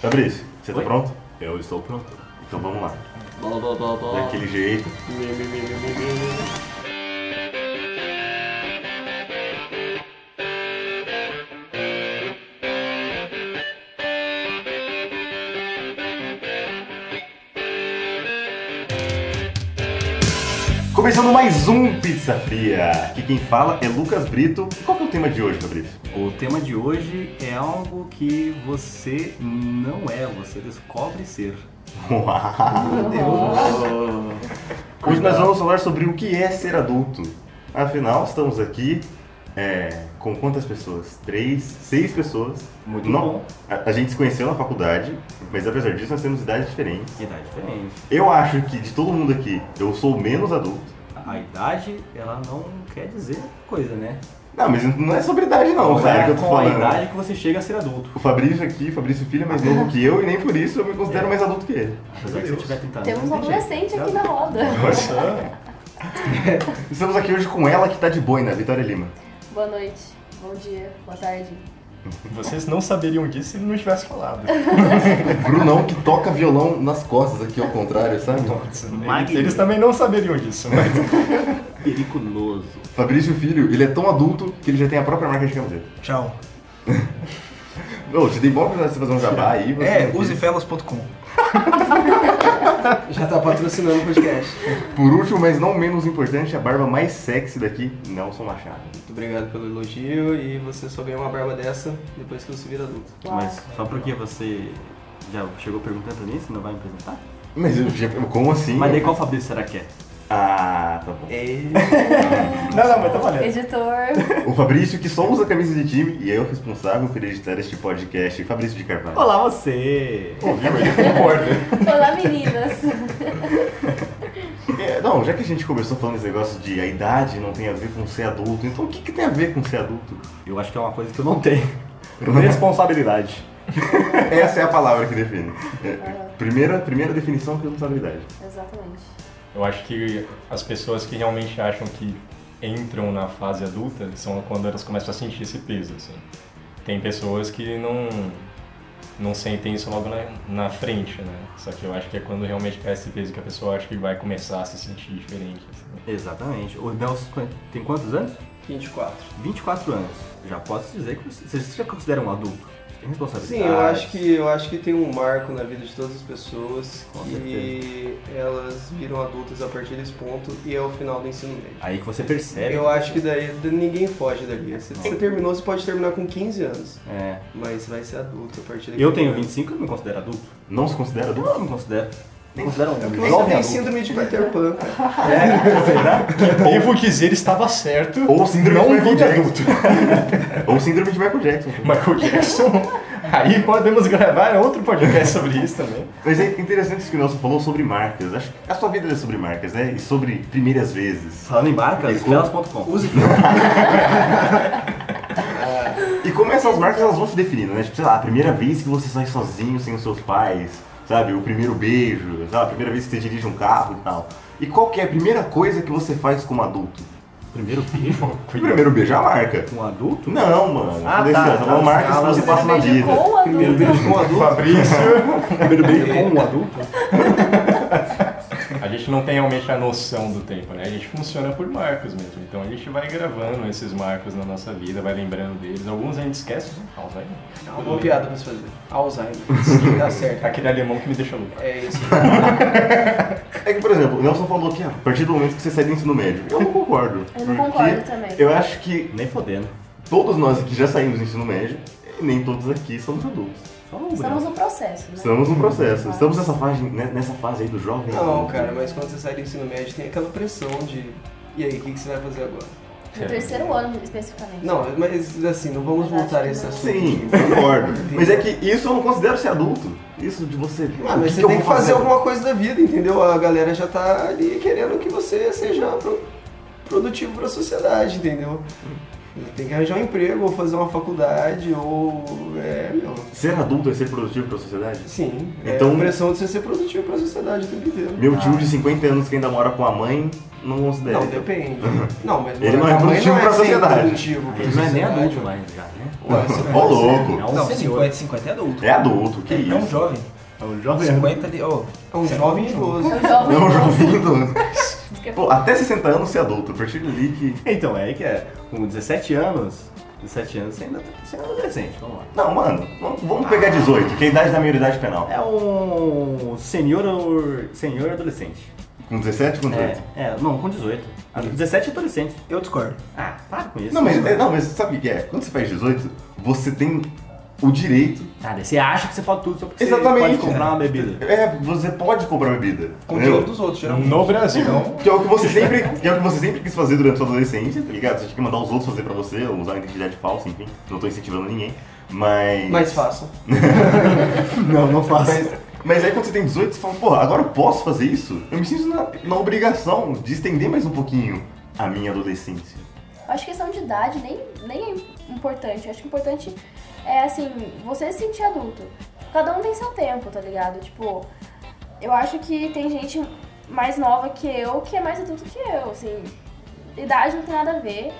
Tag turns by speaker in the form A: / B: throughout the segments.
A: Fabrício, você tá
B: Oi?
A: pronto?
B: Eu estou pronto.
A: Então vamos lá.
B: Bola, bola, bola, bola.
A: Daquele jeito.
B: Mi, mi, mi, mi, mi, mi.
A: Começando mais um Pizza Fria. Aqui quem fala é Lucas Brito. Qual que é o tema de hoje, Fabrício?
B: O tema de hoje é algo que você não é, você descobre ser.
A: Uau! Hoje nós vamos falar sobre o que é ser adulto. Afinal, estamos aqui é, com quantas pessoas? Três, seis pessoas.
B: Muito
A: Não.
B: bom.
A: A, a gente se conheceu na faculdade, mas apesar disso nós temos idades diferentes.
B: Idade é diferente.
A: Eu acho que de todo mundo aqui, eu sou o menos adulto.
B: A idade, ela não quer dizer coisa, né?
A: Não, mas não é sobre idade não,
B: é
A: cara, que eu tô
B: com
A: falando.
B: a idade que você chega a ser adulto.
A: O Fabrício aqui, o Fabrício Filho é mais novo que eu e nem por isso eu me considero
B: É.
A: mais adulto que ele.
B: Apesar que você tiver 30 anos.
C: Temos um
B: não tem jeito.
C: adolescente aqui na roda.
A: Estamos aqui hoje com ela que tá de boina, Vitória Lima.
C: Boa noite, bom dia, boa tarde.
D: Vocês não saberiam disso se ele não tivesse falado.
A: É Brunão que toca violão nas costas aqui ao contrário, sabe?
D: Eles, eles também não saberiam disso. Mas...
B: é Periculoso.
A: Fabrício Filho, ele é tão adulto que ele já tem a própria marca de camiseta.
E: Tchau.
A: Ô, te dei bom pra você fazer um jabá aí. Você
E: É, usefellas.com.
F: Já tá patrocinando o podcast.
A: Por último, mas não menos importante, a barba mais sexy daqui, Nelson Machado.
F: Muito obrigado pelo elogio e você só ganha uma barba dessa depois que você vira adulto.
C: Uau.
B: Mas só porque você já chegou perguntando pra mim se não vai me apresentar?
A: Mas eu, já- como assim?
B: Mas daí qual Fabrício será que é?
A: Ah, tá bom.
D: Não, não, mas tá valendo.
C: Editor,
A: O Fabrício que só usa camisa de time e é o responsável por editar este podcast, Fabrício de Carvalho.
B: Olá você!
A: Ouviu? Ele concorda.
C: olá meninas.
A: É, não, já que a gente começou falando esse negócio de a idade não tem a ver com ser adulto, então o que, que tem a ver com ser adulto?
B: Eu acho que é uma coisa que eu não tenho. Responsabilidade.
A: Essa é a palavra que define. É, primeira, primeira definição, responsabilidade.
C: Exatamente.
D: Eu acho que as pessoas que realmente acham que entram na fase adulta são quando elas começam a sentir esse peso, assim. Tem pessoas que não não sentem isso logo na, na frente, né? Só que eu acho que é quando realmente cai esse peso que a pessoa acha que vai começar a se sentir diferente. assim.
B: Exatamente. O Nelson tem quantos anos?
F: 24.
B: 24 anos. Já posso dizer que você, você já considera um adulto. Você tem
F: Sim,
B: responsabilidade.
F: eu acho que eu acho que tem um marco na vida de todas as pessoas
B: Com
F: que elas viram adultas a partir desse ponto e é o final do ensino médio.
B: Aí que você percebe.
F: Eu acho que daí ninguém foge dali. Se você terminou, você pode terminar com 15 anos,
B: É.
F: mas você vai ser adulto a partir daqui.
B: Eu tenho 25 eu não me considero adulto.
A: Não se considera
B: Eu
A: adulto?
B: não me considero. Me considero um
F: É Porque Você
B: jovem
F: tem
B: adulto. É,
F: síndrome de Peter Pan, cara.
D: Devo dizer, estava certo.
A: Ou síndrome
D: não
A: de Michael
D: vi de
A: Jackson.
D: adulto.
A: Ou síndrome de Michael Jackson.
D: Michael Jackson. Aí podemos gravar outro podcast sobre isso também.
A: Mas é interessante isso que o Nelson falou sobre marcas. Acho que a sua vida é sobre marcas, né? E sobre primeiras vezes.
B: Falando em marcas,
A: E como-
B: estrelas.com.
F: Use
A: E como essas marcas elas vão se definindo, né? Tipo, sei lá, a primeira vez que você sai sozinho sem os seus pais, sabe? O primeiro beijo, sabe? A primeira vez que você dirige um carro e tal. E qual que é a primeira coisa que você faz como adulto?
B: Primeiro beijo
A: O primeiro beijo é a marca.
B: com um adulto?
A: Não, mano.
B: Ah,
A: Falei
B: tá,
A: assim, ó,
B: tá,
A: uma marca que
B: escala.
A: você passa na
C: Primeiro beijo
A: vida.
F: primeiro beijo
C: com o adulto.
F: com adulto.
D: Fabrício.
B: Primeiro beijo com um adulto?
G: A gente não tem realmente a noção do tempo, né? A gente funciona por marcos mesmo. Então a gente vai gravando esses marcos na nossa vida, vai lembrando deles. Alguns a gente esquece, né? Alzheimer.
F: É Uma boa piada pra se fazer. Alzheimer. Dá certo.
G: Aquele alemão que me deixou louco.
F: É isso.
A: É que, por exemplo, o Nelson falou que ah, a partir do momento que você sai do ensino médio. Eu não concordo.
C: Eu não
A: porque
C: concordo também.
A: Eu acho que
B: Nem fodendo.
A: todos nós que já saímos do ensino médio, nem todos aqui somos adultos.
B: Só um
C: Estamos
B: beijo.
C: no processo, né?
A: Estamos no processo. Estamos nessa fase, né, nessa fase aí do jovem.
F: Não,
A: adulto.
F: Tá cara, mas quando você sai do ensino médio tem aquela pressão de. E aí, o que, que você vai fazer agora?
C: No terceiro ano, especificamente.
F: Não, mas assim, não vamos voltar a esse assunto.
A: Sim, concordo. mas é que isso eu não considero ser adulto. Isso de você.
F: Ah,
A: o
F: mas você
A: eu
F: tem que
A: vou
F: fazer alguma coisa da vida, entendeu? A galera já tá ali querendo que você seja pro- produtivo pra sociedade, entendeu?
A: Hum.
F: Tem que arranjar um emprego, ou fazer uma faculdade, ou. É, meu.
A: Ser adulto é ser produtivo para a sociedade?
F: Sim,
A: Então-
F: é a pressão de você ser produtivo pra sociedade o tempo inteiro.
A: Meu tio de 50 anos que ainda mora com a mãe, não considera.
F: Não, depende. Não, mas
A: Ele
F: morar
A: não é
F: com a
A: produtivo
F: mãe
A: pra
F: sempre
A: sociedade.
F: produtivo pra
B: Ele não é nem
F: sociedade,
B: adulto
F: né?
B: mais já, né?
F: Ué, você
A: Ô
F: pode ser.
A: louco.
B: É um
E: Não,
B: senhor.
E: 50, 50 é adulto.
A: É adulto, que
E: É,
A: isso?
E: é um jovem.
B: É um jovem.
E: 50 de. Oh,
F: É um jovem idoso.
C: É um jovem.
A: É um jovem idoso.
C: Porque-
A: Pô, até 60 anos ser adulto, a partir dali que.
B: Então, é aí que é. Com 17 anos, 17 anos você ainda tá- você é um adolescente, vamos lá.
A: Não, mano, vamos- vamos pegar 18, que é a idade da maioridade penal.
B: É um senhor, ou- senhor adolescente.
A: Com 17, com 18.
B: É, é, não, com 18. Ah, 17 é adolescente.
E: eu discordo.
B: Ah, para com isso.
A: Não, mas, é, não, mas sabe o que é? Quando você faz 18, você tem o direito.
B: Ah, daí você acha que você pode tudo só porque você
A: Exatamente.
B: pode comprar uma bebida.
A: É, você pode comprar bebida.
F: Com o
A: entendeu?
F: dinheiro dos outros, geralmente.
G: No Brasil.
A: Que é o que você sempre, que é o que você sempre quis fazer durante sua adolescência, tá ligado? Você tinha que mandar os outros fazer pra você, ou usar uma identidade falsa, enfim. Não tô incentivando ninguém. Mas.
F: Mas façam.
B: Não, não faço.
A: Mas, mas aí quando você tem 18, você fala, porra, agora eu posso fazer isso? Eu me sinto na, na obrigação de estender mais um pouquinho a minha adolescência.
C: Acho que questão de idade nem, nem é importante. Acho que o importante é, assim, você se sentir adulto. Cada um tem seu tempo, tá ligado? Tipo, eu acho que tem gente mais nova que eu que é mais adulto que eu, assim. Idade não tem nada a ver.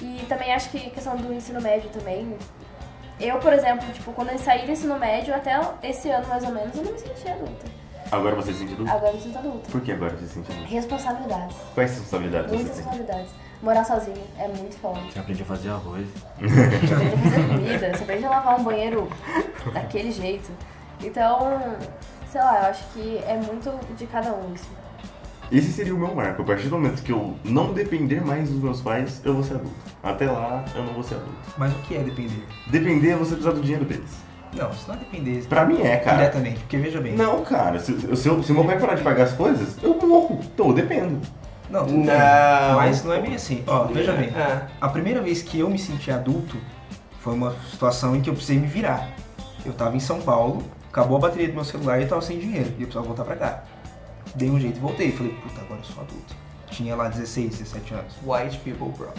C: E também acho que questão do ensino médio também. Eu, por exemplo, tipo, quando eu saí do ensino médio, até esse ano mais ou menos, eu não me senti adulta.
A: Agora você se sente adulto?
C: Agora eu me sinto adulta.
A: Por que agora você se sente adulto?
C: Responsabilidades.
A: Quais responsabilidades você
C: Muitas
A: tem?
C: responsabilidades. Morar sozinho é muito foda.
B: Você aprende a fazer arroz.
C: Você aprende a fazer comida, você aprende a lavar um banheiro daquele jeito. Então, sei lá, eu acho que é muito de cada um isso.
A: Esse seria o meu marco. A partir do momento que eu não depender mais dos meus pais, eu vou ser adulto. Até lá, eu não vou ser adulto.
E: Mas o que é depender?
A: Depender é você precisar do dinheiro deles.
E: Não, isso não é depender
A: Pra mim é, cara.
E: diretamente, porque veja bem.
A: Não, cara. Se, se, eu- se meu pai parar de pagar as coisas, eu morro. Então eu dependo.
E: Não, tudo bem.
F: Não.
E: Mas não é bem assim. Ó, veja bem.
F: É.
E: A primeira vez que eu me senti adulto foi uma situação em que eu precisei me virar. Eu tava em São Paulo, acabou a bateria do meu celular e eu tava sem dinheiro. E eu precisava voltar pra cá. Dei um jeito e voltei. Falei, puta, agora eu sou adulto. Tinha lá 16, 17 anos.
F: White people problem.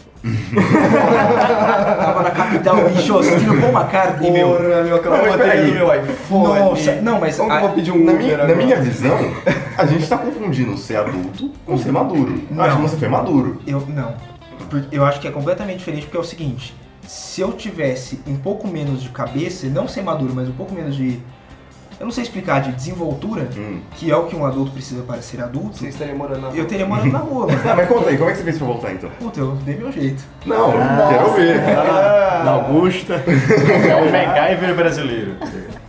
E: tava na capital, bicho, sentindo bom uma cara e meu.
F: Porra, meu, acabou
A: Não,
F: a
A: mas
F: bateria
A: peraí.
F: do meu iPhone.
E: Nossa, não, mas.
F: Como que eu
E: a-
F: vou pedir um
A: Na
F: Uber
A: minha, na
F: agora?
A: minha visão, a gente tá confundindo ser adulto com ser maduro. Eu Acho que você foi maduro.
E: Eu não. Por- Eu acho que é completamente diferente porque é o seguinte: se eu tivesse um pouco menos de cabeça, e não ser maduro, mas um pouco menos de. Eu não sei explicar, de desenvoltura,
A: Hum.
E: que é o que um adulto precisa para ser adulto,
F: Você estaria morando na
E: eu teria morado na rua, mano.
A: Não, mas conta aí, como é que você fez pra voltar então?
E: Puta, eu dei meu jeito.
A: Não, quero ver.
B: Na Augusta.
G: É o MacGyver brasileiro.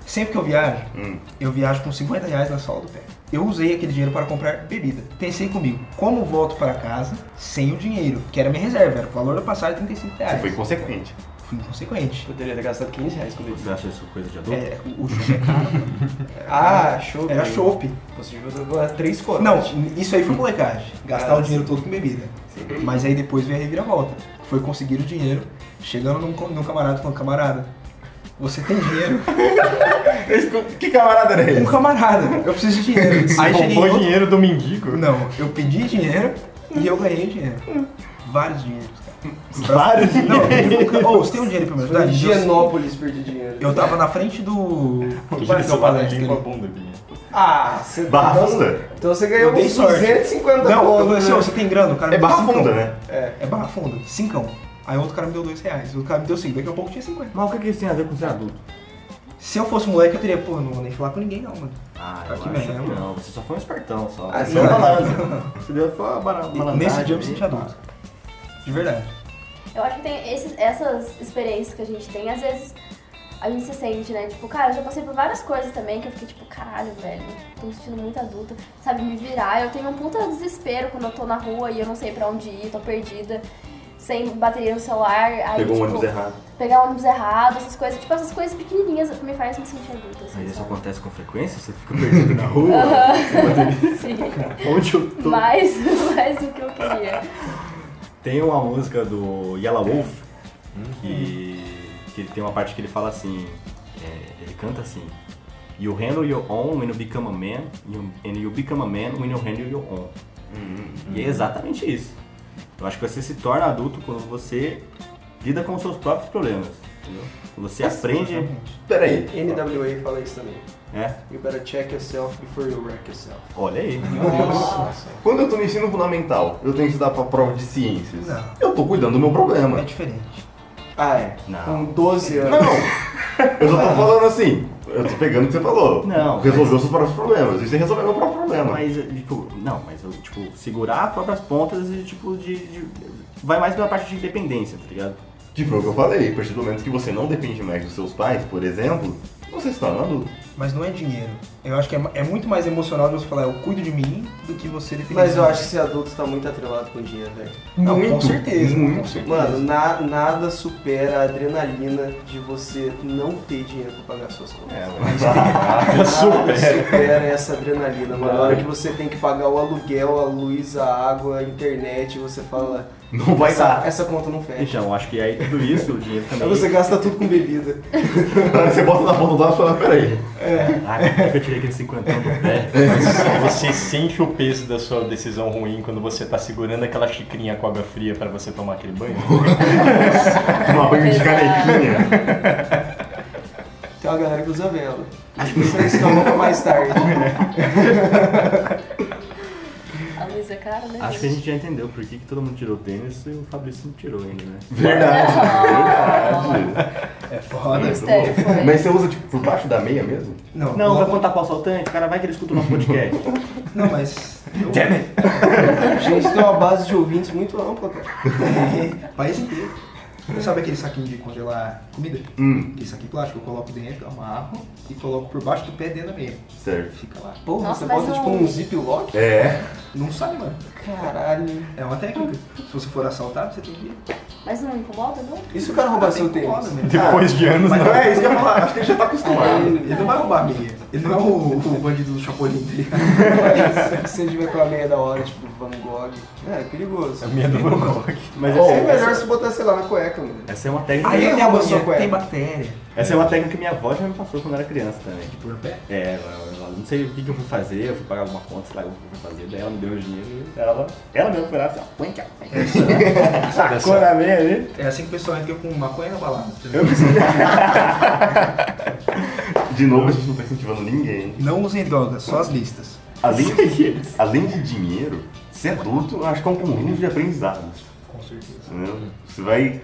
E: Sempre que eu viajo,
A: Hum.
E: eu viajo com 50 reais na sola do pé. Eu usei aquele dinheiro para comprar bebida. Pensei comigo, como volto para casa sem o dinheiro, que era minha reserva, era o valor da passagem 35
A: Você
E: reais.
A: foi inconsequente.
E: Fui inconsequente.
F: Poderia ter gastado 15 reais com
B: Você
F: isso.
B: acha isso coisa de adulto?
E: É, o chope é caro.
F: Ah, show.
E: Era chope.
F: Você jogou três coroas.
E: É, Não, isso aí foi molecagem. Gastar
F: Ah,
E: o dinheiro todo com bebida. Mas aí depois veio a reviravolta. Foi conseguir o dinheiro, chegando num, co- num camarada falando, camarada, você tem dinheiro?
A: Esse- que camarada era
E: Um
A: esse?
E: camarada, eu preciso de dinheiro.
G: Você
E: Aí cheguei em
G: roubou
E: outro...
G: dinheiro do mendigo?
E: Não, eu pedi dinheiro e eu ganhei dinheiro. Vários dinheiros, cara. Um
A: Vários
E: Não, ô, você tem um dinheiro pra me
F: Em
E: ajudar? Me deu-
F: Higienópolis perdi dinheiro.
E: Eu tava na frente do...
G: Porque
E: Parece
G: seu
E: uma palestra
G: paladinho
E: ali.
G: limpa a bunda, Binha.
F: Ah, você
A: Barra
F: então-
A: Funda?
F: Então você
E: Eu
F: ganhou
E: dei
F: uns
E: sorte.
F: 250
E: Não, eu
F: pontos. né?
E: falei assim, ô, você tem grana? O cara me
A: É
E: deu
A: barra
E: cincão.
A: funda, né?
E: É barra funda, cincão. Aí outro cara me deu dois reais, outro cara me deu cinco, daqui a pouco tinha 50.
B: Mas o que que isso tem a ver com ser adulto?
E: Se eu fosse moleque, eu teria, pô, não vou nem falar com ninguém não, mano.
B: Ah,
E: Aqui
B: eu acho
E: mesmo.
B: que não. Você só foi um espertão, só.
F: Ah,
B: Você
F: sim.
B: deu uma Você deu só uma bana-
E: E
B: malandragem
E: nesse dia eu me
B: aí.
E: senti adulto. De verdade.
C: Eu acho que tem esses- essas experiências que a gente tem, às vezes a gente se sente, né? Tipo, cara, eu já passei por várias coisas também que eu fiquei tipo, caralho, velho, tô me sentindo muito adulta, sabe? Me virar. Eu tenho um puta desespero quando eu tô na rua e eu não sei pra onde ir, tô perdida, sem bateria no celular. Aí,
A: Pegou um
C: tipo,
A: ônibus errado.
C: Pegar o ônibus errado, essas coisas. Tipo, essas coisas pequenininhas me fazem me sentir adulta. Assim,
B: Mas isso
C: sabe?
B: acontece com frequência? Você fica perdido na rua?
C: Sim.
B: Onde eu tô?
C: Mais, mais do que eu queria.
B: Tem uma música do Yellow Wolf que, que tem uma parte que ele fala assim, é, ele canta assim. You handle your own when you become a man, you- and you become a man when you handle your own. E é exatamente isso. Eu acho que você se torna adulto quando você lida com os seus próprios problemas. Entendeu? Quando você aprende.
A: Peraí.
F: NWA fala isso também.
B: É,
F: You better check yourself before you wreck yourself.
B: olha aí.
A: Quando eu tô no ensino fundamental, eu tenho que estudar pra prova de ciências.
E: Não.
A: Eu tô cuidando do meu problema.
E: É diferente.
F: Ah, é.
B: Não.
F: Com 12 anos.
A: Eu só tô falando assim, eu tô pegando o que você falou.
B: Não.
A: Resolveu seus próprios problemas. Isso é resolver meu próprio problema.
B: Mas, tipo, não, mas eu, tipo, segurar as próprias pontas e, tipo, de, de- Vai mais pela parte de independência, tá ligado?
A: Que foi o que eu falei, a partir do momento que você não depende mais dos seus pais, por exemplo, você se torna adulto.
E: Mas não é dinheiro. Eu acho que é, é muito mais emocional de você falar, eu cuido de mim, do que você depender.
F: Mas
E: de
F: eu
E: mim.
F: acho que esse adulto tá muito atrelado com dinheiro, velho.
E: Não, com
A: Muito,
E: certeza.
A: muito.
E: Com certeza.
F: Mano, na- nada supera a adrenalina de você não ter dinheiro pra pagar suas contas.
A: É,
F: Nada supera essa adrenalina, mano. A hora que você tem que pagar o aluguel, a luz, a água, a internet, você fala.
A: não vai
F: essa,
A: dar.
F: essa conta não fecha.
B: Então, acho que aí tudo isso, o dinheiro
F: Aí
B: também.
F: você gasta tudo com bebida.
A: Você bota na ponta do lado e fala, peraí.
B: Caraca, como é que eu tirei aquele cinquentão do pé.
D: Você sente o peso da sua decisão ruim quando você tá segurando aquela xicrinha com água fria pra você tomar aquele banho?
A: Uma banho de
C: Pesado.
A: canequinha.
F: Tem uma galera que usa vela. Vocês tomam pra mais tarde.
C: A luz é cara, né?
B: Acho que a gente já entendeu por que, que todo mundo tirou tênis e o Fabrício não tirou ainda, né?
A: Verdade, verdade.
E: É foda.
C: Mistério foi.
A: Mas você usa tipo por baixo da meia mesmo?
E: Não,
B: Não, vai
E: não,
B: contar pro assaltante, o cara vai que ele escuta o nosso podcast.
E: não, mas.
F: A gente tem uma base de ouvintes muito ampla, cara.
E: País inteiro. Sabe aquele saquinho de congelar comida?
A: Hum,
E: Aquele saquinho plástico, eu coloco dentro, amarro e coloco por baixo do pé dentro da meia.
A: certo.
E: Fica lá.
F: Porra,
C: Nossa,
F: você
C: mas
F: bota
C: não-
F: tipo um ziplock?
A: É,
E: Não sai, mano.
F: Caralho.
E: É uma técnica. Se você for assaltado, você tem que.
C: Mas não incomoda, não?
F: E se o cara
C: Tá
F: roubar seu
E: Tem
F: tênis?
E: né?
D: Depois de anos,
A: mas
D: não.
A: não é isso que eu ia falar, acho que ele já tá acostumado.
E: Ele ele não vai roubar a meia. Ele não é o, o bandido do Chapolin dele.
F: Mas se você tiver com a meia da hora, tipo Van Gogh, é, é perigoso.
D: Minha do Van Gogh.
B: Mas
F: Ou
B: essa,
F: é melhor se botar, sei lá, na cueca, mano.
B: essa é uma técnica.
F: Aí
E: Ele
F: tem a
E: rouba
F: sua
E: minha,
F: cueca.
E: Tem bactéria.
B: Essa é uma técnica que minha avó já me passou quando eu era criança também.
E: Por um pé?
B: É, eu- eu não sei o que, que eu fui fazer, eu fui pagar alguma conta, sei lá o que eu fui fazer, daí ela me deu o dinheiro e ela, ela mesmo foi lá assim, ó, põe cá, põe cá. Sacou na meia ali.
E: É assim que o pessoal entra com maconha na balada. entendeu?
A: De novo, a gente não tá incentivando ninguém.
E: Não usem drogas, só as listas.
A: Além de, além de dinheiro, ser adulto eu acho que é um conjunto de aprendizados.
E: Com certeza.
A: entendeu? Você vai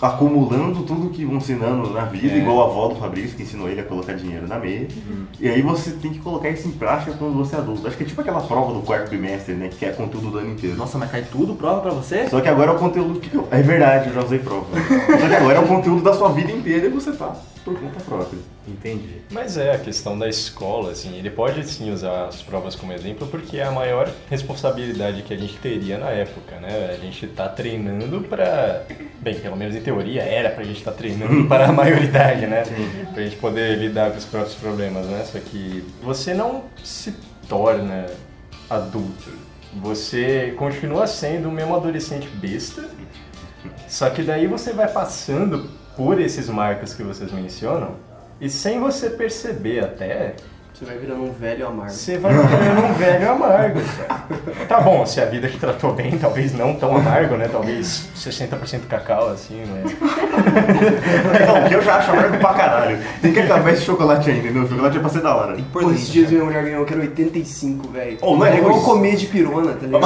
A: acumulando tudo que vão ensinando na vida, igual a avó do Fabrício que ensinou ele a colocar dinheiro na meia.
E: Uhum.
A: E aí você tem que colocar isso em prática quando você é adulto. Acho que é tipo aquela prova do quarto trimestre, né? Que é conteúdo do ano inteiro.
B: Nossa, mas cai tudo, prova pra você?
A: Só que agora é o conteúdo que. eu- É verdade, eu já usei prova. Só que agora é o conteúdo da sua vida inteira e você tá por conta própria.
B: Entendi.
D: Mas é, a questão da escola, assim, ele pode sim usar as provas como exemplo, porque é a maior responsabilidade que a gente teria na época, né? A gente tá treinando pra. Bem, pelo menos em teoria era pra gente estar treinando para a maioridade, né? Pra gente poder lidar com os próprios problemas, né? Só que você não se torna adulto. Você continua sendo o mesmo adolescente besta, só que daí você vai passando por esses marcos que vocês mencionam, e sem você perceber até,
F: Você vai virando um velho amargo.
D: você vai virando um velho amargo. cara. Tá bom, se a vida te tratou bem, talvez não tão amargo, né? Talvez 60% cacau, assim, né?
A: Não, que eu já acho amargo pra caralho. Tem que acabar esse chocolate ainda, entendeu? O chocolate é pra ser da hora.
F: Pô, esses dias minha mulher ganhou, eu quero 85, velho.
A: Ô, não é
F: é igual
A: ruim.
F: comer de pirona, tá ligado?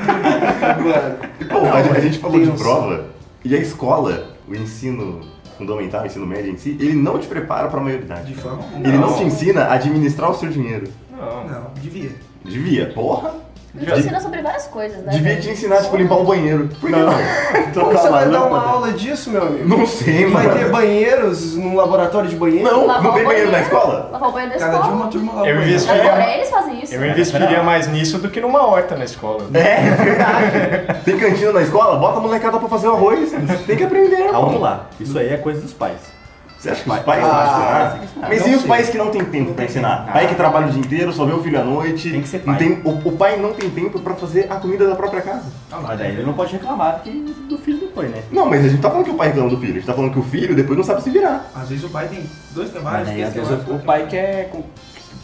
F: Mano,
A: E, Pô, a, gente- a gente falou de
F: Deus.
A: prova e a escola, o ensino fundamental, o ensino médio em si, ele não te prepara pra maioridade.
E: De forma alguma.
A: Ele não te ensina a administrar o seu dinheiro.
D: Não.
E: Não, devia.
A: Devia, porra.
C: Ele te Então, ensina sobre várias coisas, né?
A: Devia
C: velho?
A: te ensinar, tipo, limpar um banheiro. Por que não?
F: como
A: Trocar
F: você
A: uma
F: vai dar uma
A: lâmpada.
F: aula disso, meu amigo?
A: Não sei,
F: Vai ter
A: mano.
F: banheiros num laboratório de banheiro?
A: Não,
C: Lavar
A: não
C: o
A: tem banheiro na escola?
C: Lavar o banheiro da
E: Cada dia
C: escola.
E: uma turma lá.
D: Eu
C: Mas agora
D: investiria,
C: eles fazem isso.
D: eu investiria mais nisso do que numa horta na escola.
A: É, verdade. Tem cantina na escola? Bota a molecada pra fazer o arroz. Tem que aprender.
B: Ah, vamos lá. Isso aí é coisa dos pais.
A: Você acha que os pais vão
F: Ah,
A: ensinar? Mas e os pais que não têm tempo pra ensinar? Pai que trabalha o dia inteiro, só vê o filho à noite.
B: Tem que ser
A: não
B: pai.
A: tem- o, o pai não tem tempo pra fazer a comida da própria casa.
B: Mas daí ele Ah, não é. pode reclamar que- do filho depois, né?
A: Não, mas a gente não tá falando que o pai reclama do filho. A gente tá falando que o filho depois não sabe se virar.
E: Às vezes o pai tem dois
B: Mas
E: trabalhos,
B: aí,
E: três
B: às vezes,
E: trabalhos,
B: o
E: quatro
B: pai quer. com-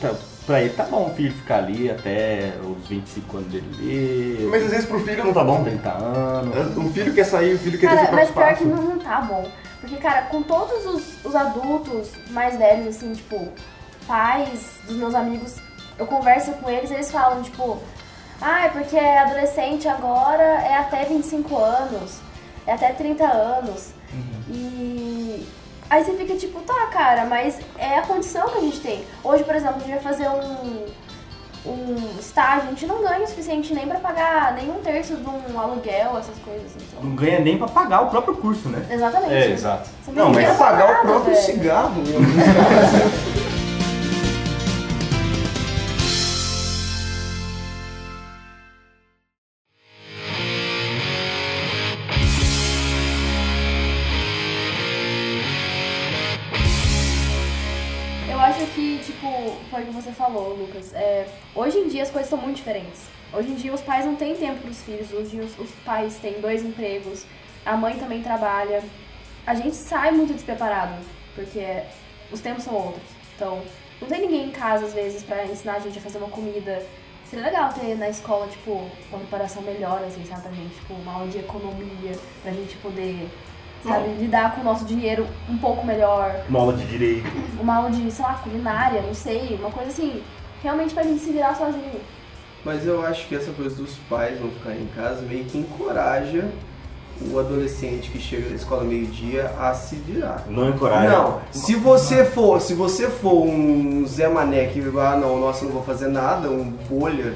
B: Pra, pra ele tá bom o filho ficar ali até os 25 anos dele ler,
A: Mas às vezes pro filho não tá bom.
B: 30 anos.
A: O filho quer sair, o filho quer ter seu
C: Cara,
A: próprio
C: mas pior
A: espaço.
C: que não, não tá bom. Porque, cara, com todos os, os adultos mais velhos, assim, tipo, pais dos meus amigos, eu converso com eles eles falam, é tipo, ah, é porque adolescente agora é até 25 anos. é até 30 anos. E aí você fica tipo, tá, cara, mas é a condição que a gente tem. Hoje, por exemplo, a gente vai fazer um, um estágio, a gente não ganha o suficiente nem pra pagar nem um terço de um aluguel, essas coisas. Então.
B: Não ganha nem pra pagar o próprio curso, né?
C: Exatamente.
G: É, exato.
C: Você
F: Não,
C: tem
F: mas
C: dinheiro pra
F: pagar
C: nada,
F: o próprio
C: velho.
F: cigarro. em alguns casos.
C: Eu acho que, tipo, foi o que você falou, Lucas. É, hoje em dia as coisas são muito diferentes. Hoje em dia os pais não têm tempo pros filhos, hoje os, os pais têm dois empregos, a mãe também trabalha. A gente sai muito despreparado, porque os tempos são outros. Então, não tem ninguém em casa, às vezes, pra ensinar a gente a fazer uma comida. Seria legal ter na escola, tipo, uma preparação melhor, assim, sabe, pra gente, tipo, uma aula de economia, pra gente poder, sabe, lidar com o nosso dinheiro um pouco melhor
A: Uma aula de direito.
C: uma aula de, sei lá, culinária, não sei, uma coisa assim, realmente pra gente se virar sozinho.
F: Mas eu acho que essa coisa dos pais não ficarem em casa meio que encoraja o adolescente que chega da escola meio-dia a se virar.
A: Não
B: é
A: encoraja.
F: Não, se você for, se você for um Zé Mané que ah não, nossa, não vou fazer nada, um bolha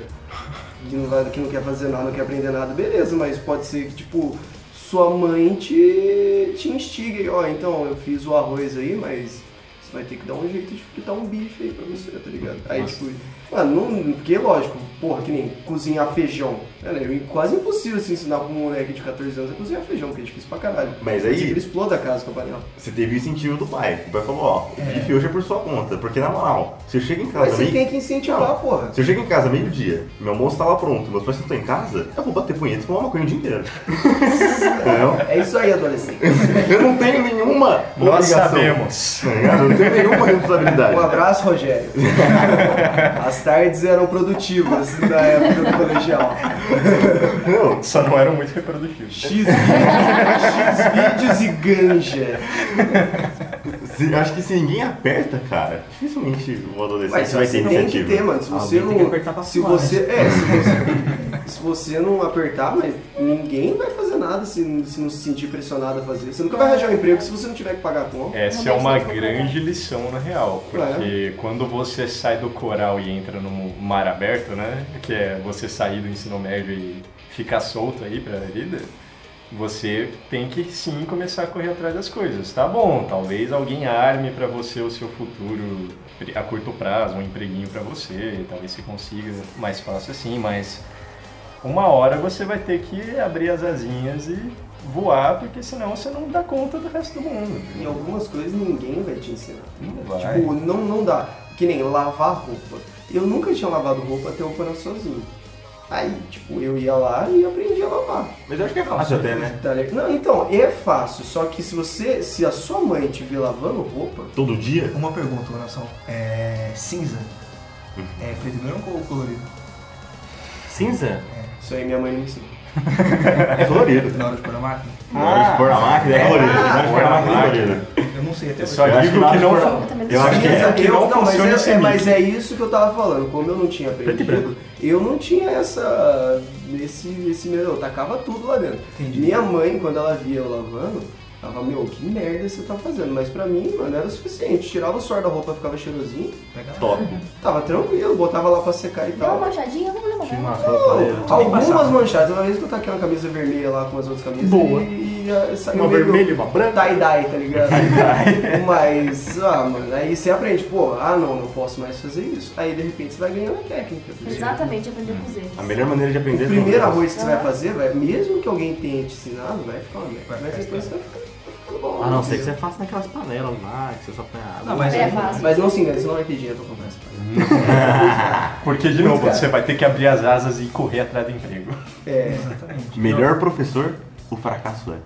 F: que não, vai, que não quer fazer nada, não quer aprender nada, beleza, mas pode ser que tipo sua mãe te, te instigue, ó, então eu fiz o arroz aí, mas você vai ter que dar um jeito de fritar um bife aí pra você, tá ligado? Aí
D: Nossa.
F: tipo, mano, não, porque lógico, porra, que nem cozinhar feijão. Cara, é quase impossível se ensinar pra um moleque de 14 anos a cozinhar feijão, porque é difícil pra caralho.
A: Mas aí-
F: ele exploda a casa com a panela.
A: Você teve o incentivo do pai. O pai falou, ó, o bife hoje é por sua conta. Porque na moral, se eu chego em casa
F: Mas você
A: meio.
F: tem que incentivar,
A: Não.
F: porra.
A: Se eu chego em casa meio-dia, meu almoço tá lá pronto, meus pais não estão em casa, eu vou bater punheta e tomar maconha o dia inteiro. Entendeu?
F: É isso aí, adolescente.
A: Eu não tenho nenhuma
G: Nós
A: obrigação.
G: sabemos.
A: tá ligado? Eu não tenho nenhuma responsabilidade.
F: Um abraço, Rogério. As tardes eram produtivas na época do colegial.
A: Não,
G: Só não eram muito reprodutivos.
F: X, vídeos e ganja.
A: se- acho que se ninguém aperta, cara, dificilmente o adolescente
F: Mas
A: vai ter
F: você tem que
A: iniciativa.
F: ter, mano. Se você
B: Alguém tem que apertar
F: não.
B: pra
F: Se
B: fumar,
F: você. É, se você. Se você não apertar, mas ninguém vai fazer nada se, se não se sentir pressionado a fazer. Você nunca vai arranjar um emprego se você não tiver que pagar a conta.
G: Essa é uma grande lição, na real, porque quando você sai do coral e entra no mar aberto, né, que é você sair do ensino médio e ficar solto aí pra vida, você tem que sim começar a correr atrás das coisas. Tá bom, talvez alguém arme pra você o seu futuro a curto prazo, um empreguinho pra você, talvez você consiga mais fácil assim, mas uma hora você vai ter que abrir as asinhas e voar, porque senão você não dá conta do resto do mundo.
F: E algumas coisas ninguém vai te ensinar.
G: Não vai.
F: Tipo, não, não dá. Que nem lavar roupa. Eu nunca tinha lavado roupa até eu parar sozinho. Aí, tipo, eu ia lá e aprendi a lavar.
A: Mas eu acho que é fácil até, né?
F: Tá ligado? Não, então, é fácil. Só que se você, se a sua mãe te vê lavando roupa,
A: Todo dia?
E: Uma pergunta, oração. É. Cinza. É preto e branco ou colorido?
B: Cinza?
F: isso aí minha mãe não ensina.
A: É colorido.
E: Na hora de pôr a máquina?
A: Na hora de pôr na máquina é colorido. Na hora de pôr na máquina é colorido.
E: Eu não sei até
G: Eu
E: hoje. Ah,
G: só
A: Eu acho
G: digo
A: que
G: que não
A: não foi-
G: fa-
C: Eu também
A: Eu assim acho que é.
F: Mas
G: que não funciona
F: mas,
G: esse
F: é,
G: mito.
F: mas é isso que eu tava falando. Como eu não tinha aprendido, eu não tinha essa. Esse, esse medo. Eu tacava tudo lá dentro.
E: Entendi.
F: Minha mãe, quando ela via eu lavando, ela falava, meu, que merda você tá fazendo. Mas pra mim, mano, era o suficiente. Tirava o suor da roupa, ficava cheirosinho,
E: Pega lá.
A: Top.
F: tava tranquilo, botava lá pra secar e
C: Deu uma
F: tal.
C: manchadinha, eu não lembro.
B: Tinha
C: né?
B: uma roupa. né?
F: Não, algumas manchadas, uma vez que eu taquei uma camisa vermelha lá com as outras camisas
A: Boa.
F: e, e, ah, saiu
A: Uma
F: meio-
A: vermelha e uma branca.
F: tie-dye, tá ligado? Mas, ah, mano, aí você aprende, pô, ah não, não posso mais fazer isso. Aí de repente você vai ganhando a técnica. tá ligado?
C: Exatamente, aprender com os erros.
A: A melhor maneira de aprender
F: O
A: é
F: primeiro
A: fazer.
F: arroz que você vai fazer, vai, mesmo que alguém tenha te ensinado, vai ficar uma merda. Mas depois você vai ficar- vai ficando bom.
B: Ah, não, sei que você faça naquelas panelas lá, que você só põe água.
E: Não, mas
C: É
E: é.
C: fácil.
F: assim. Mas não se engane, você não vai ter dinheiro pra tá comprar essa parada.
G: Porque, de novo, você vai ter que abrir as asas e correr atrás do emprego.
F: É,
E: Exatamente.
A: Melhor professor, o fracasso é.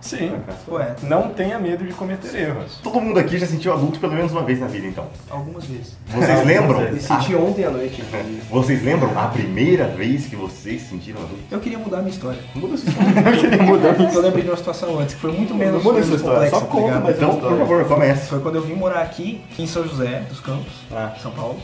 G: Sim.
E: Poeta.
G: Não tenha medo de cometer erros.
A: Todo mundo aqui já sentiu adulto pelo menos uma vez na vida, então.
E: Algumas vezes.
A: Vocês lembram? Ah, é.
F: me senti ontem à noite. inclusive.
A: Vocês lembram a primeira vez que vocês sentiram adulto?
E: Eu queria mudar a minha história.
A: Muda sua história.
E: Eu lembrei de uma situação antes que foi muito menos,
A: Muda
E: menos
A: sua história.
E: complexa.
A: Só
E: tá
A: conta,
E: ligado?
A: mas então, por favor, comece. Ah.
E: Foi quando eu vim morar aqui, em São José dos Campos, São Paulo.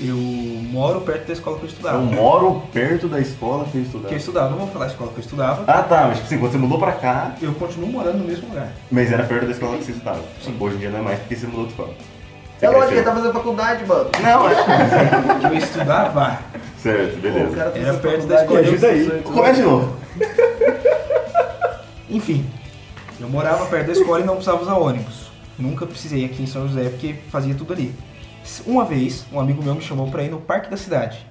E: Eu moro perto da escola que eu estudava.
A: Eu moro perto da escola que eu estudava.
E: Que eu estudava, não vou falar a escola que eu estudava.
A: Ah tá, mas tipo assim, quando você mudou pra cá,
E: Eu continuo morando no mesmo lugar.
A: mas era perto da escola que você estudava. Hoje em dia não é mais porque você mudou de escola. Você
F: É lógico, ele
A: cresceu.
F: tá fazendo faculdade, mano.
A: Não, é.
E: Que eu estudava.
A: Certo,
F: Pô, o
A: beleza.
F: cara tá
E: Era
F: fazendo
E: É perto da
F: faculdade, é
E: escola.
F: ajuda aí.
A: Começa de novo.
E: Enfim, eu morava perto da escola e não precisava usar ônibus. Nunca precisei aqui em São José porque fazia tudo ali. Uma vez, um amigo meu me chamou pra ir no Parque da Cidade,